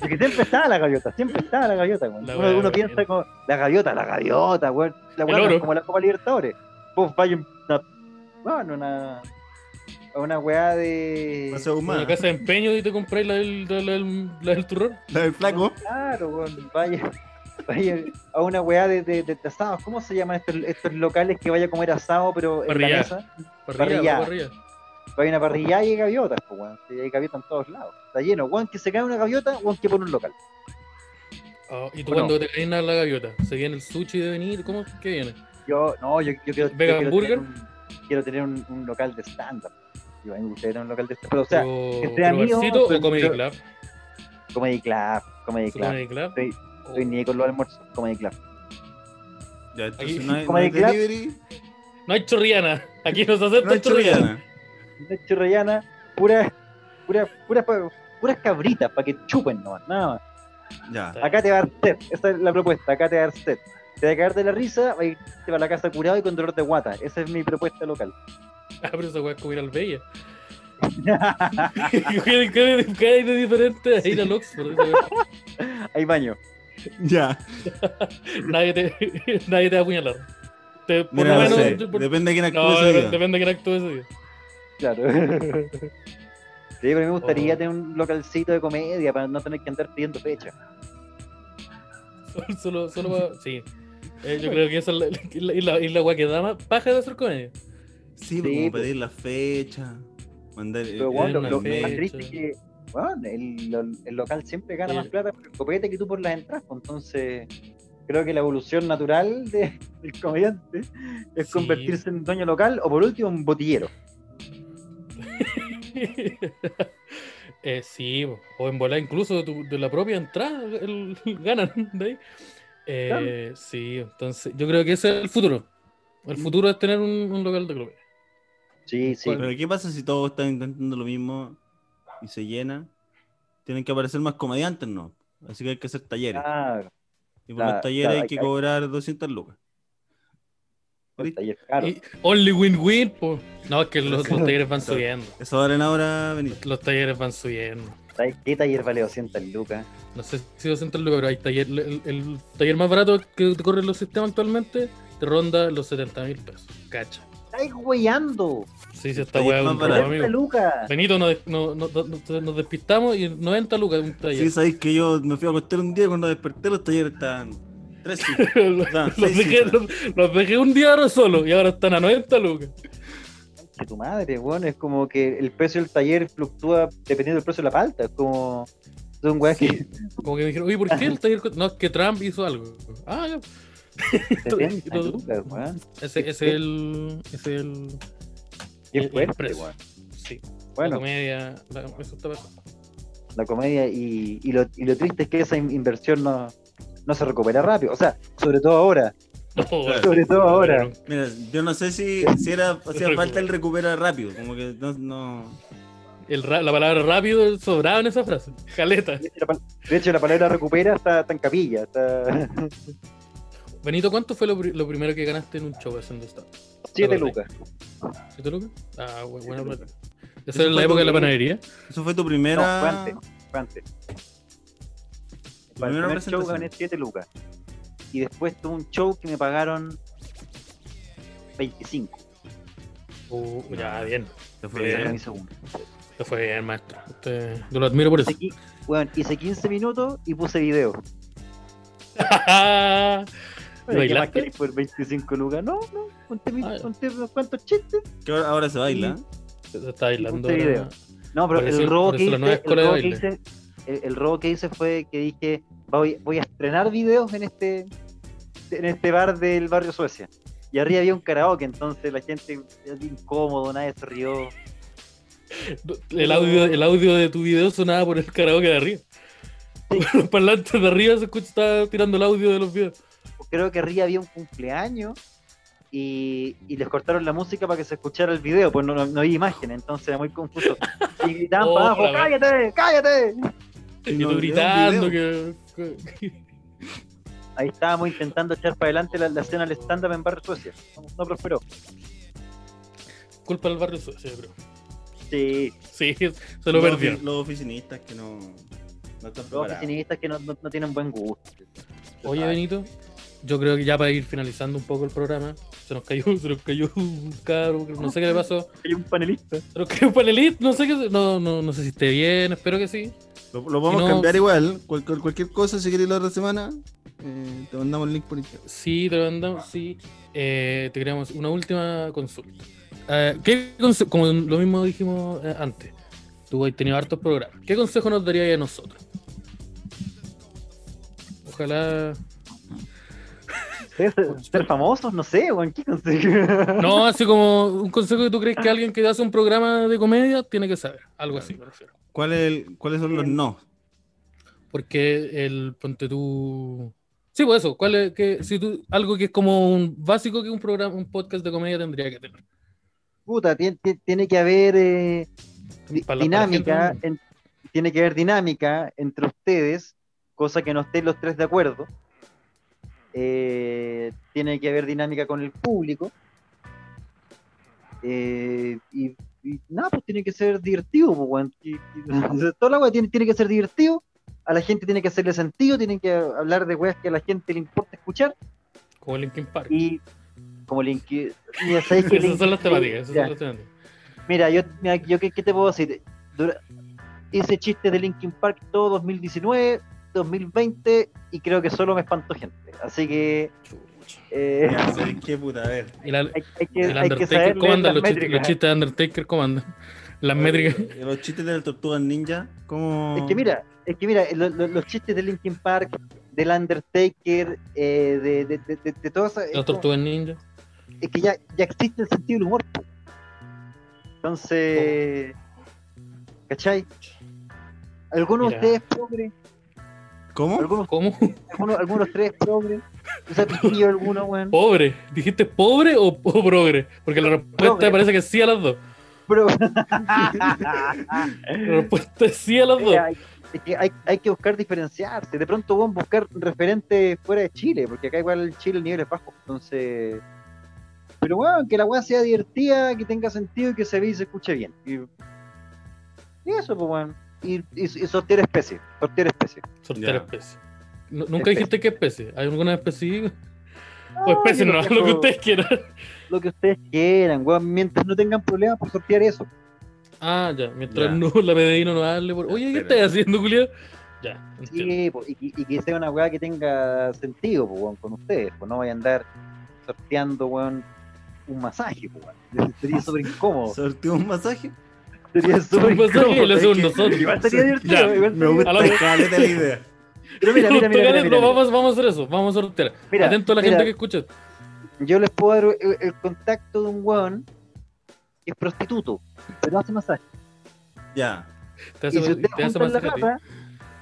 Speaker 4: Porque siempre estaba la gaviota, siempre estaba la gaviota. weón.
Speaker 2: La
Speaker 4: uno, uno
Speaker 2: wea,
Speaker 4: piensa
Speaker 2: bien.
Speaker 4: como, la gaviota, la gaviota, weón. La
Speaker 2: El
Speaker 4: weá no es
Speaker 2: oro.
Speaker 4: como la Copa Libertadores. Vos vaya una, bueno, una, a una weá de...
Speaker 3: No sea
Speaker 2: Una
Speaker 3: humana.
Speaker 2: casa de empeño y te compráis la del, la, la- la del turrón.
Speaker 3: La del flaco.
Speaker 4: Claro, weón, vaya, vaya a una weá de, de, de asados. ¿Cómo se llaman estos, estos locales que vaya a comer asado, pero en la
Speaker 2: Parrillada.
Speaker 4: mesa?
Speaker 2: Parrilla,
Speaker 4: Parrillada.
Speaker 2: parrilla.
Speaker 4: Hay una parrilla y hay gaviotas, pues, weón. Sí, Hay gaviotas en todos lados. Está lleno. Weón, que se cae una gaviota, weón, que pone un local.
Speaker 2: Ah, y tú
Speaker 4: Bueno.
Speaker 2: cuando te caes en la gaviota, ¿se viene el sushi de venir? ¿Cómo? ¿Qué viene?
Speaker 4: Yo, no, yo, yo quiero. yo
Speaker 2: ¿Vegan
Speaker 4: quiero
Speaker 2: burger?
Speaker 4: Tener un, quiero tener un, un local de stand-up. Yo, a mí me gustaría tener un local de stand-up. Pero, o sea, este pues,
Speaker 2: ¿Pro-
Speaker 4: entre
Speaker 2: ¿pro
Speaker 4: amigos,
Speaker 2: barcito
Speaker 4: pero-
Speaker 2: o comedy
Speaker 4: pero-
Speaker 2: club?
Speaker 4: Comedy Club, Comedy Club.
Speaker 2: ¿Comedy club?
Speaker 4: Estoy-
Speaker 2: Oh.
Speaker 4: Estoy ni con los almuerzos, Comedy Club.
Speaker 3: Ya, entonces
Speaker 2: Aquí-
Speaker 3: no hay, no
Speaker 4: Como de
Speaker 3: hay
Speaker 4: clase.
Speaker 3: delivery.
Speaker 2: Oh. No hay chorriana. Aquí nos aceptan
Speaker 3: No hay
Speaker 2: chorriana.
Speaker 3: chorriana.
Speaker 4: Una chorrellana, puras, puras, puras, pa- puras cabritas para que chupen nomás, nada más.
Speaker 3: Ya.
Speaker 4: Acá te va a dar sed, esa es la propuesta, acá te va a dar sed. Te va a caer de la risa, va a irte para la casa curado y con dolor de guata. Esa es mi propuesta local.
Speaker 2: Ah, pero esa weá es como ir al Bella. ¿Qué qué hay de diferente a ir al Oxford? Esa weá.
Speaker 4: Hay baño.
Speaker 3: Ya.
Speaker 2: Nadie te, nadie te va a apuñalar. Te- por
Speaker 3: Mira,
Speaker 2: lo
Speaker 3: no
Speaker 2: menos-
Speaker 3: sé,
Speaker 2: por-
Speaker 3: Depende de quién actúe
Speaker 2: no,
Speaker 3: ese
Speaker 2: depende,
Speaker 3: día.
Speaker 2: de quién actúe ese día.
Speaker 4: Claro. Sí, pero a mí me gustaría
Speaker 2: Oh.
Speaker 4: tener un localcito de comedia para no tener que andar pidiendo fecha.
Speaker 2: Solo, solo, solo para. Sí. Eh, yo creo que esa es la, la, y la, y la weá que da más paja de hacer comedia.
Speaker 3: Sí,
Speaker 4: Sí,
Speaker 3: como
Speaker 4: pues.
Speaker 3: pedir la fecha. Mandar.
Speaker 4: Pero
Speaker 3: eh,
Speaker 2: bueno,
Speaker 4: weón, lo,
Speaker 2: una
Speaker 4: lo
Speaker 2: fecha.
Speaker 4: más triste es que weón, el, lo- el local siempre gana
Speaker 2: Sí.
Speaker 4: más plata por el copete que tú por las entradas. pues, Entonces, creo que la evolución natural de- del comediante es
Speaker 2: Sí.
Speaker 4: convertirse en dueño local o por último en botillero.
Speaker 2: eh, sí, bo. o en volar incluso de, tu- de la propia entrada el- ganan de ahí. Eh,
Speaker 4: Claro.
Speaker 2: Sí, entonces yo creo que ese es el futuro. El futuro es tener un, un local de club.
Speaker 4: Sí, sí.
Speaker 2: ¿Cuál?
Speaker 3: Pero ¿qué pasa si todos están intentando lo mismo y se llena? Tienen que aparecer más comediantes, ¿no? Así que hay que hacer talleres.
Speaker 4: Claro,
Speaker 3: y por
Speaker 4: Ah, claro,
Speaker 3: los talleres
Speaker 4: claro,
Speaker 3: hay
Speaker 4: hay-
Speaker 3: que
Speaker 4: hay-
Speaker 3: cobrar 200 lucas.
Speaker 4: el
Speaker 3: ¿Viste?
Speaker 4: taller caro.
Speaker 2: Y only win-win, po. No, es que los, los talleres van subiendo.
Speaker 3: Eso valen ahora, venir.
Speaker 2: Los talleres van subiendo.
Speaker 4: ¿Sabes ¿Qué taller vale 200 lucas?
Speaker 2: No sé si 200 lucas, pero hay taller, el, el taller más barato que te corre los sistemas actualmente te ronda los 70 mil pesos. Cacha.
Speaker 4: ¡Estáis weyando!
Speaker 2: Sí, sí,
Speaker 3: El
Speaker 2: esta
Speaker 3: taller
Speaker 2: weá es
Speaker 3: más
Speaker 2: un robo,
Speaker 3: barato.
Speaker 2: amigo.
Speaker 4: 200 lucas!
Speaker 2: Benito, nos, no- no- no- no- nos despistamos y 90 lucas un
Speaker 3: Sí,
Speaker 2: taller.
Speaker 3: sabéis que yo me fui a acostar un día y cuando desperté los talleres estaban 3 cifras.
Speaker 2: los,
Speaker 3: Ah,
Speaker 2: los
Speaker 3: sí,
Speaker 2: dejé,
Speaker 3: sí.
Speaker 2: los- los dejé un día ahora solo y ahora están a 90 lucas.
Speaker 4: de tu madre, weón. Es como que el precio del taller fluctúa dependiendo del precio de la palta. Es como. Son weas que.
Speaker 2: Como que me dijeron, oye, ¿por qué el taller? co-?" No, es que Trump hizo algo. Ah, ya.
Speaker 4: 70
Speaker 2: todo.
Speaker 4: lucas, weón.
Speaker 2: Ese, ese es el. Ese es el.
Speaker 4: Y es
Speaker 2: el- el
Speaker 4: fuerte,
Speaker 2: precio.
Speaker 4: weón.
Speaker 2: Sí. La
Speaker 4: Bueno,
Speaker 2: comedia. la- eso está pasando.
Speaker 4: la comedia y, y, lo, y lo triste es que esa in- inversión no, no se recupera rápido. O sea, sobre todo ahora.
Speaker 2: No, bueno.
Speaker 4: Sobre todo ahora.
Speaker 3: Mira, yo no sé si, si era, hacía falta el recuperar rápido. Como que no. no...
Speaker 2: El ra- la palabra rápido sobraba en esa frase. Jaleta.
Speaker 4: De hecho, la pal- de hecho, la palabra recupera está, está en capilla. Está
Speaker 2: Benito, ¿cuánto fue lo, pri- lo primero que ganaste en un show haciendo stand
Speaker 4: 7
Speaker 2: Correcto.
Speaker 4: lucas.
Speaker 2: ¿Siete lucas? Ah, bu- buena plata. Esa es la época de la panadería.
Speaker 3: Eso fue tu
Speaker 4: No,
Speaker 3: primera.
Speaker 4: fue antes, fue antes. Para el
Speaker 3: Primera
Speaker 4: primer show
Speaker 3: presentación.
Speaker 4: gané 7 lucas. Y después tuve un show que me pagaron 25.
Speaker 2: Uh, ya, bien.
Speaker 3: Te fue
Speaker 2: Bien.
Speaker 4: Esa fue mi
Speaker 3: bien.
Speaker 4: segunda.
Speaker 2: Te fue bien, maestro. Usted- yo lo admiro por eso.
Speaker 4: Hice, qui- weón, hice 15 minutos y puse video. ¿Qué más
Speaker 2: ¿Bailaste?
Speaker 4: queréis por 25 lucas? No, no. Conté, mi-
Speaker 2: Ah.
Speaker 4: conté unos cuantos chistes.
Speaker 3: Que ahora, ahora se baila.
Speaker 2: Se está bailando.
Speaker 4: Ponte video. No, pero
Speaker 2: Por eso-
Speaker 4: el robo
Speaker 2: por
Speaker 4: que
Speaker 2: eso la
Speaker 4: hice,
Speaker 2: nueva
Speaker 4: el
Speaker 2: escuela de
Speaker 4: robo que
Speaker 2: baile.
Speaker 4: hice, el- el robo que hice fue que dije, voy, voy a estrenar videos en este, en este bar del barrio Suecia. Y arriba había un karaoke, entonces la gente era incómodo, nadie se rió.
Speaker 2: El audio, el audio de tu video sonaba por el karaoke de arriba. Por los parlantes de arriba se escucha, está tirando el audio de los videos.
Speaker 4: Creo que arriba había un cumpleaños y, y les cortaron la música para que se escuchara el video, pues no, no, no había imagen, entonces era muy confuso. Y gritaban
Speaker 2: Oh,
Speaker 4: para abajo,
Speaker 2: la wea.
Speaker 4: cállate, cállate.
Speaker 2: Y
Speaker 3: no,
Speaker 2: tú
Speaker 3: era un
Speaker 2: gritando que. que-
Speaker 4: Ahí estábamos intentando echar para adelante la, la escena del stand-up en barrio Suecia. No, no prosperó.
Speaker 2: Culpa del barrio sucio, bro.
Speaker 4: Sí,
Speaker 2: Sí, se lo
Speaker 3: Los
Speaker 2: perdió.
Speaker 3: ofi- Los oficinistas que no. No están
Speaker 4: Los
Speaker 3: preparados.
Speaker 4: oficinistas que no, no- no tienen buen gusto.
Speaker 2: Oye, Benito, yo creo que ya para ir finalizando un poco el programa, se nos cayó, se nos cayó un caro, no sé qué le pasó.
Speaker 4: Hay un panelista.
Speaker 2: Se nos cayó un panelista, no sé qué. se- No, no, no sé si esté bien, espero que sí.
Speaker 3: Lo, lo podemos
Speaker 2: no-
Speaker 3: cambiar igual. Cual- cual- cualquier cosa, si queréis la otra semana, eh, te mandamos el link por internet.
Speaker 2: Sí, te lo mandamos, sí. Eh, te queríamos una última consulta. Eh, ¿qué conse- como lo mismo dijimos eh, antes, tú has tenido hartos programas. ¿Qué consejo nos darías a nosotros? Ojalá.
Speaker 4: Ser, ser famosos, no sé, weón, ¿qué consejo?
Speaker 2: No, así como un consejo que tú crees que alguien que hace un programa de comedia tiene que saber. Algo así, me refiero.
Speaker 3: ¿Cuál es el- ¿Cuáles son los no?
Speaker 2: Porque el ponte tú. Sí, pues eso, ¿cuál es, que, si tú, algo que es como un básico que un programa, un podcast de comedia tendría que tener.
Speaker 4: Puta, tiene, tiene- tiene que haber eh,
Speaker 2: Para
Speaker 4: di-
Speaker 2: la- para la
Speaker 4: dinámica,
Speaker 2: gente,
Speaker 4: en- tiene que haber dinámica entre ustedes, cosa que no estén los tres de acuerdo. Eh, tiene que haber dinámica con el público. Eh, y, y nada, pues tiene que ser divertido, pues, weón. Y- y- Toda la weá tiene, tiene que ser divertido. A la gente tiene que hacerle sentido, tienen que hablar de weas que a la gente le importa escuchar.
Speaker 2: como Linkin Park.
Speaker 4: Y como Linkin. Mira, ¿sabes qué?
Speaker 2: Esas son las temáticas, esas
Speaker 4: Ya.
Speaker 2: son las temáticas.
Speaker 4: Mira, yo, mira, yo ¿qué, qué te puedo decir? Dura- hice chistes de Linkin Park todo 2019, 2020 y creo que solo me espantó gente. Así que eh,
Speaker 3: Ya, sé, qué puta, a ver.
Speaker 2: Y la-
Speaker 4: hay, hay que,
Speaker 2: el
Speaker 4: hay que
Speaker 2: Undertaker,
Speaker 4: saber
Speaker 2: ¿cómo
Speaker 4: leer
Speaker 2: andan los chistes?
Speaker 4: las
Speaker 2: Los
Speaker 4: métricas.
Speaker 2: chistes de Undertaker, ¿cómo andan? Las métricas.
Speaker 3: Eh, Los chistes de la tortuga ninja, ¿cómo?
Speaker 4: Es que mira, es que mira, lo- lo- los chistes de Linkin Park, del Undertaker, eh, de, de, de, de, de todas esas- es
Speaker 2: Las
Speaker 4: como-
Speaker 2: tortugas ninja.
Speaker 4: es que ya, ya existe el sentido del humor. po. Entonces, ¿cachai?
Speaker 2: Oh.
Speaker 4: ¿Alguno de
Speaker 2: Mira.
Speaker 4: ustedes es pobre?
Speaker 3: ¿Cómo?
Speaker 4: ¿Alguno
Speaker 2: ¿Cómo?
Speaker 4: algunos, algunos tres pobres, o sea, pitillo alguno, weón.
Speaker 2: ¿Pobre? ¿Dijiste pobre o, o progre? Porque la respuesta
Speaker 4: Progre.
Speaker 2: parece que es sí a las dos.
Speaker 4: Pero,
Speaker 2: La respuesta es sí a las dos.
Speaker 4: mira, es que hay, hay que buscar diferenciarse. De pronto, weón, buscar referentes fuera de Chile, porque acá igual en Chile el nivel es bajo. Entonces, pero weón, que la weá sea divertida, que tenga sentido y que se vea y se escuche bien. Y, y eso, pues, weón. Y, y, y sortear especies, sortear especies.
Speaker 2: Sortear
Speaker 3: Ya.
Speaker 2: especies. No-
Speaker 4: Este-
Speaker 2: nunca dijiste qué especie. ¿Hay alguna Pues especie? O
Speaker 4: Ah,
Speaker 2: especie,
Speaker 4: yo
Speaker 2: no,
Speaker 4: lo
Speaker 2: lo que
Speaker 4: dejo-
Speaker 2: ustedes quieran.
Speaker 4: Lo que ustedes quieran, weón, mientras no tengan problemas por sortear eso.
Speaker 2: Ah, ya. Mientras
Speaker 3: Ya.
Speaker 2: no, la PDI no nos hable. por- Oye, ¿qué
Speaker 3: Espera.
Speaker 2: estás haciendo, Julián? Ya, entiendo.
Speaker 4: Sí, po, y, que- y que sea una weá que tenga sentido, po, weón, con ustedes, pues no vayan a andar sorteando, weón, un masaje, po, weón. Sería súper incómodo.
Speaker 3: ¿Sorteo un masaje?
Speaker 4: Sería súper
Speaker 2: Un masaje
Speaker 4: incómodo.
Speaker 2: y lo Pues, hacemos
Speaker 3: es que-
Speaker 2: nosotros.
Speaker 4: Igual sería divertido,
Speaker 2: Ya,
Speaker 4: igual
Speaker 3: Me
Speaker 4: sería
Speaker 3: gusta
Speaker 2: A la-
Speaker 3: caleta la idea.
Speaker 4: divertido. Pero mira, mira,
Speaker 2: Los
Speaker 4: mira, mira,
Speaker 2: tocales,
Speaker 4: mira,
Speaker 2: no, vamos, vamos a hacer eso, vamos a sortear.
Speaker 4: mira.
Speaker 2: Atento a la
Speaker 4: Mira,
Speaker 2: gente que escucha.
Speaker 4: Yo les puedo dar el, el contacto de un weón que es prostituto, pero hace masaje.
Speaker 3: Ya.
Speaker 2: Te hace,
Speaker 4: Y si ustedes
Speaker 2: te hace
Speaker 4: juntan la
Speaker 2: masaje a ti.
Speaker 4: plata,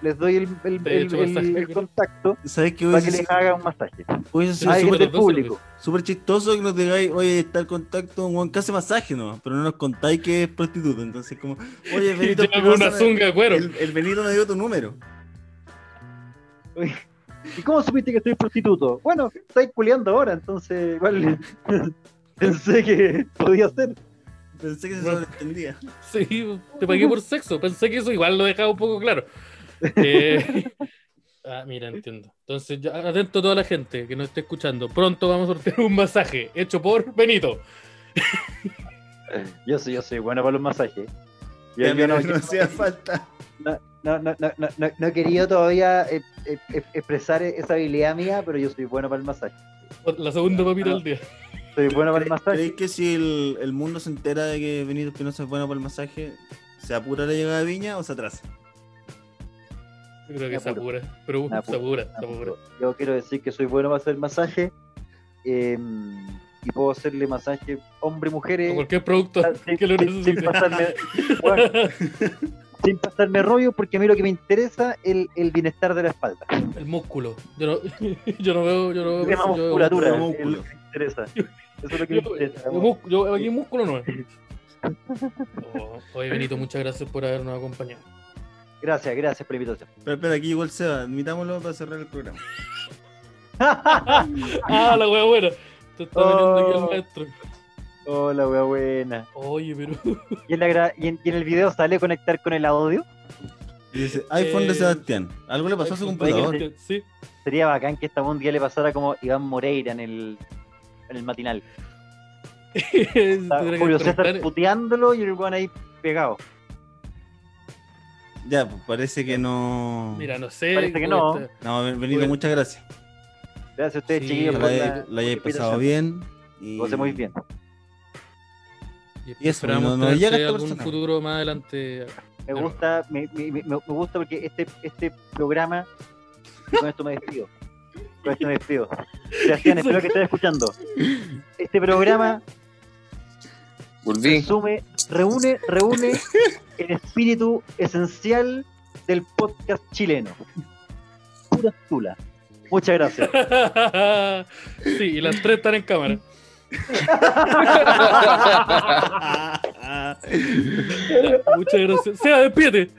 Speaker 4: les doy el, el-
Speaker 2: Te he
Speaker 4: el-
Speaker 2: hecho
Speaker 4: el-
Speaker 2: masaje.
Speaker 4: el contacto
Speaker 3: ¿Sabes qué
Speaker 4: para que
Speaker 3: hubiese
Speaker 4: les
Speaker 3: sido-
Speaker 4: haga un masaje.
Speaker 3: hubiese sido
Speaker 2: Ay,
Speaker 4: Alguien
Speaker 3: súper-
Speaker 4: del
Speaker 2: los dos
Speaker 4: público.
Speaker 3: súper chistoso que nos digáis, oye, está el contacto, un que hace masaje, ¿no? Pero no nos contáis que es prostituto. Entonces, como, oye,
Speaker 2: Y
Speaker 3: Benito,
Speaker 2: te hago una
Speaker 3: Espinosa,
Speaker 2: zunga de cuero.
Speaker 3: el, el Benito me dio tu número.
Speaker 4: ¿Y cómo supiste que soy prostituto? Bueno, estáis culeando ahora, entonces igual pensé que podía ser.
Speaker 3: Pensé que se
Speaker 2: Bueno.
Speaker 3: sobreentendía.
Speaker 2: Sí, te pagué por sexo. Pensé que eso igual lo dejaba un poco claro. Eh, ah, mira, entiendo. Entonces, ya, atento a toda la gente que nos esté escuchando. Pronto vamos a sortear un masaje hecho por Benito.
Speaker 4: Yo soy, yo soy bueno para los masajes. Yo,
Speaker 3: Ya,
Speaker 4: yo
Speaker 3: mira,
Speaker 4: no,
Speaker 3: no, hacía falta.
Speaker 4: no, no, no, no, no- no he querido todavía eh, eh, eh, expresar esa habilidad mía, pero yo soy bueno para el masaje.
Speaker 2: La
Speaker 4: Ah,
Speaker 2: segunda papita del día.
Speaker 4: Soy bueno para el
Speaker 3: ¿Cre-
Speaker 4: masaje.
Speaker 3: ¿Creéis que si el, el mundo se entera de que Benito Espinosa es bueno para el masaje, se apura la llegada de Viña o se atrasa?
Speaker 2: Yo creo que
Speaker 4: Me
Speaker 2: se
Speaker 4: apuro.
Speaker 2: apura. Pero uh,
Speaker 4: Me
Speaker 2: se
Speaker 4: apuro.
Speaker 2: apura, se apura.
Speaker 4: Yo quiero decir que soy bueno para hacer masaje eh, y puedo hacerle masaje hombre y
Speaker 2: O
Speaker 4: mujeres
Speaker 2: cualquier producto
Speaker 4: sin,
Speaker 2: que lo
Speaker 4: Ah, sin- sin
Speaker 2: necesite.
Speaker 4: pasarme, bueno, sin pasarme rollo porque a mí lo que me interesa es el, el bienestar de la espalda.
Speaker 2: El músculo. Yo no, yo no veo. Yo no veo.
Speaker 4: El tema
Speaker 2: yo veo-
Speaker 4: musculatura
Speaker 3: veo
Speaker 4: es lo
Speaker 3: músculo.
Speaker 4: que me interesa. Eso es lo que me
Speaker 2: Yo,
Speaker 4: interesa.
Speaker 2: yo mus- yo- aquí músculo no es. Oh, oye, Benito, muchas gracias por habernos acompañado.
Speaker 4: Gracias, gracias por la invitación.
Speaker 3: Pero espera, aquí igual Seba, admitámoslo para cerrar el programa.
Speaker 2: Ah, la wea buena. Te está veniendo aquí el
Speaker 4: Oh.
Speaker 2: maestro.
Speaker 4: Hola, wea buena.
Speaker 2: Oye, pero.
Speaker 4: ¿Y en, la gra- y en- y en el video sale conectar con el audio?
Speaker 3: Y dice, iPhone de
Speaker 2: Eh,
Speaker 3: Sebastián. Algo le pasó a su computador.
Speaker 2: Sí.
Speaker 4: Sería bacán que esta un día le pasara como Iván Moreira en el, en el matinal. Está
Speaker 2: Tuviera que
Speaker 4: Ah, Julio César
Speaker 2: cortar.
Speaker 4: puteándolo y el weón ahí pegado.
Speaker 3: Ya, pues parece que no.
Speaker 2: Mira, pues, no sé.
Speaker 4: Parece que
Speaker 2: cómo
Speaker 4: no.
Speaker 2: está.
Speaker 3: No, Benito,
Speaker 2: Bueno.
Speaker 3: muchas gracias.
Speaker 4: Gracias a ustedes,
Speaker 2: Sí,
Speaker 4: chiquillos, por
Speaker 3: Ojalá
Speaker 4: la,
Speaker 3: la, la hayáis pasado
Speaker 4: invitación.
Speaker 3: bien. Y...
Speaker 4: Lo hace muy bien.
Speaker 2: Y
Speaker 3: Y eso,
Speaker 2: esperamos
Speaker 3: no- no llega
Speaker 2: traerse
Speaker 3: esta
Speaker 2: algún
Speaker 3: persona.
Speaker 2: futuro más adelante.
Speaker 4: Me
Speaker 2: Claro.
Speaker 4: gusta, me, me- me- me gusta porque este, este programa, y con esto me despido. Con esto me despido. Sebastián, espero que estés escuchando. Este programa
Speaker 1: Volví.
Speaker 4: resume, reúne, reúne el espíritu esencial del podcast chileno. Pura tula. Muchas gracias.
Speaker 2: sí, y las tres están en cámara. Muchas gracias. Sea, despídete.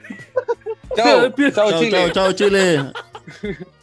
Speaker 1: Chao,
Speaker 2: despierta.
Speaker 1: chao, Chile.
Speaker 3: chao, chao, Chile.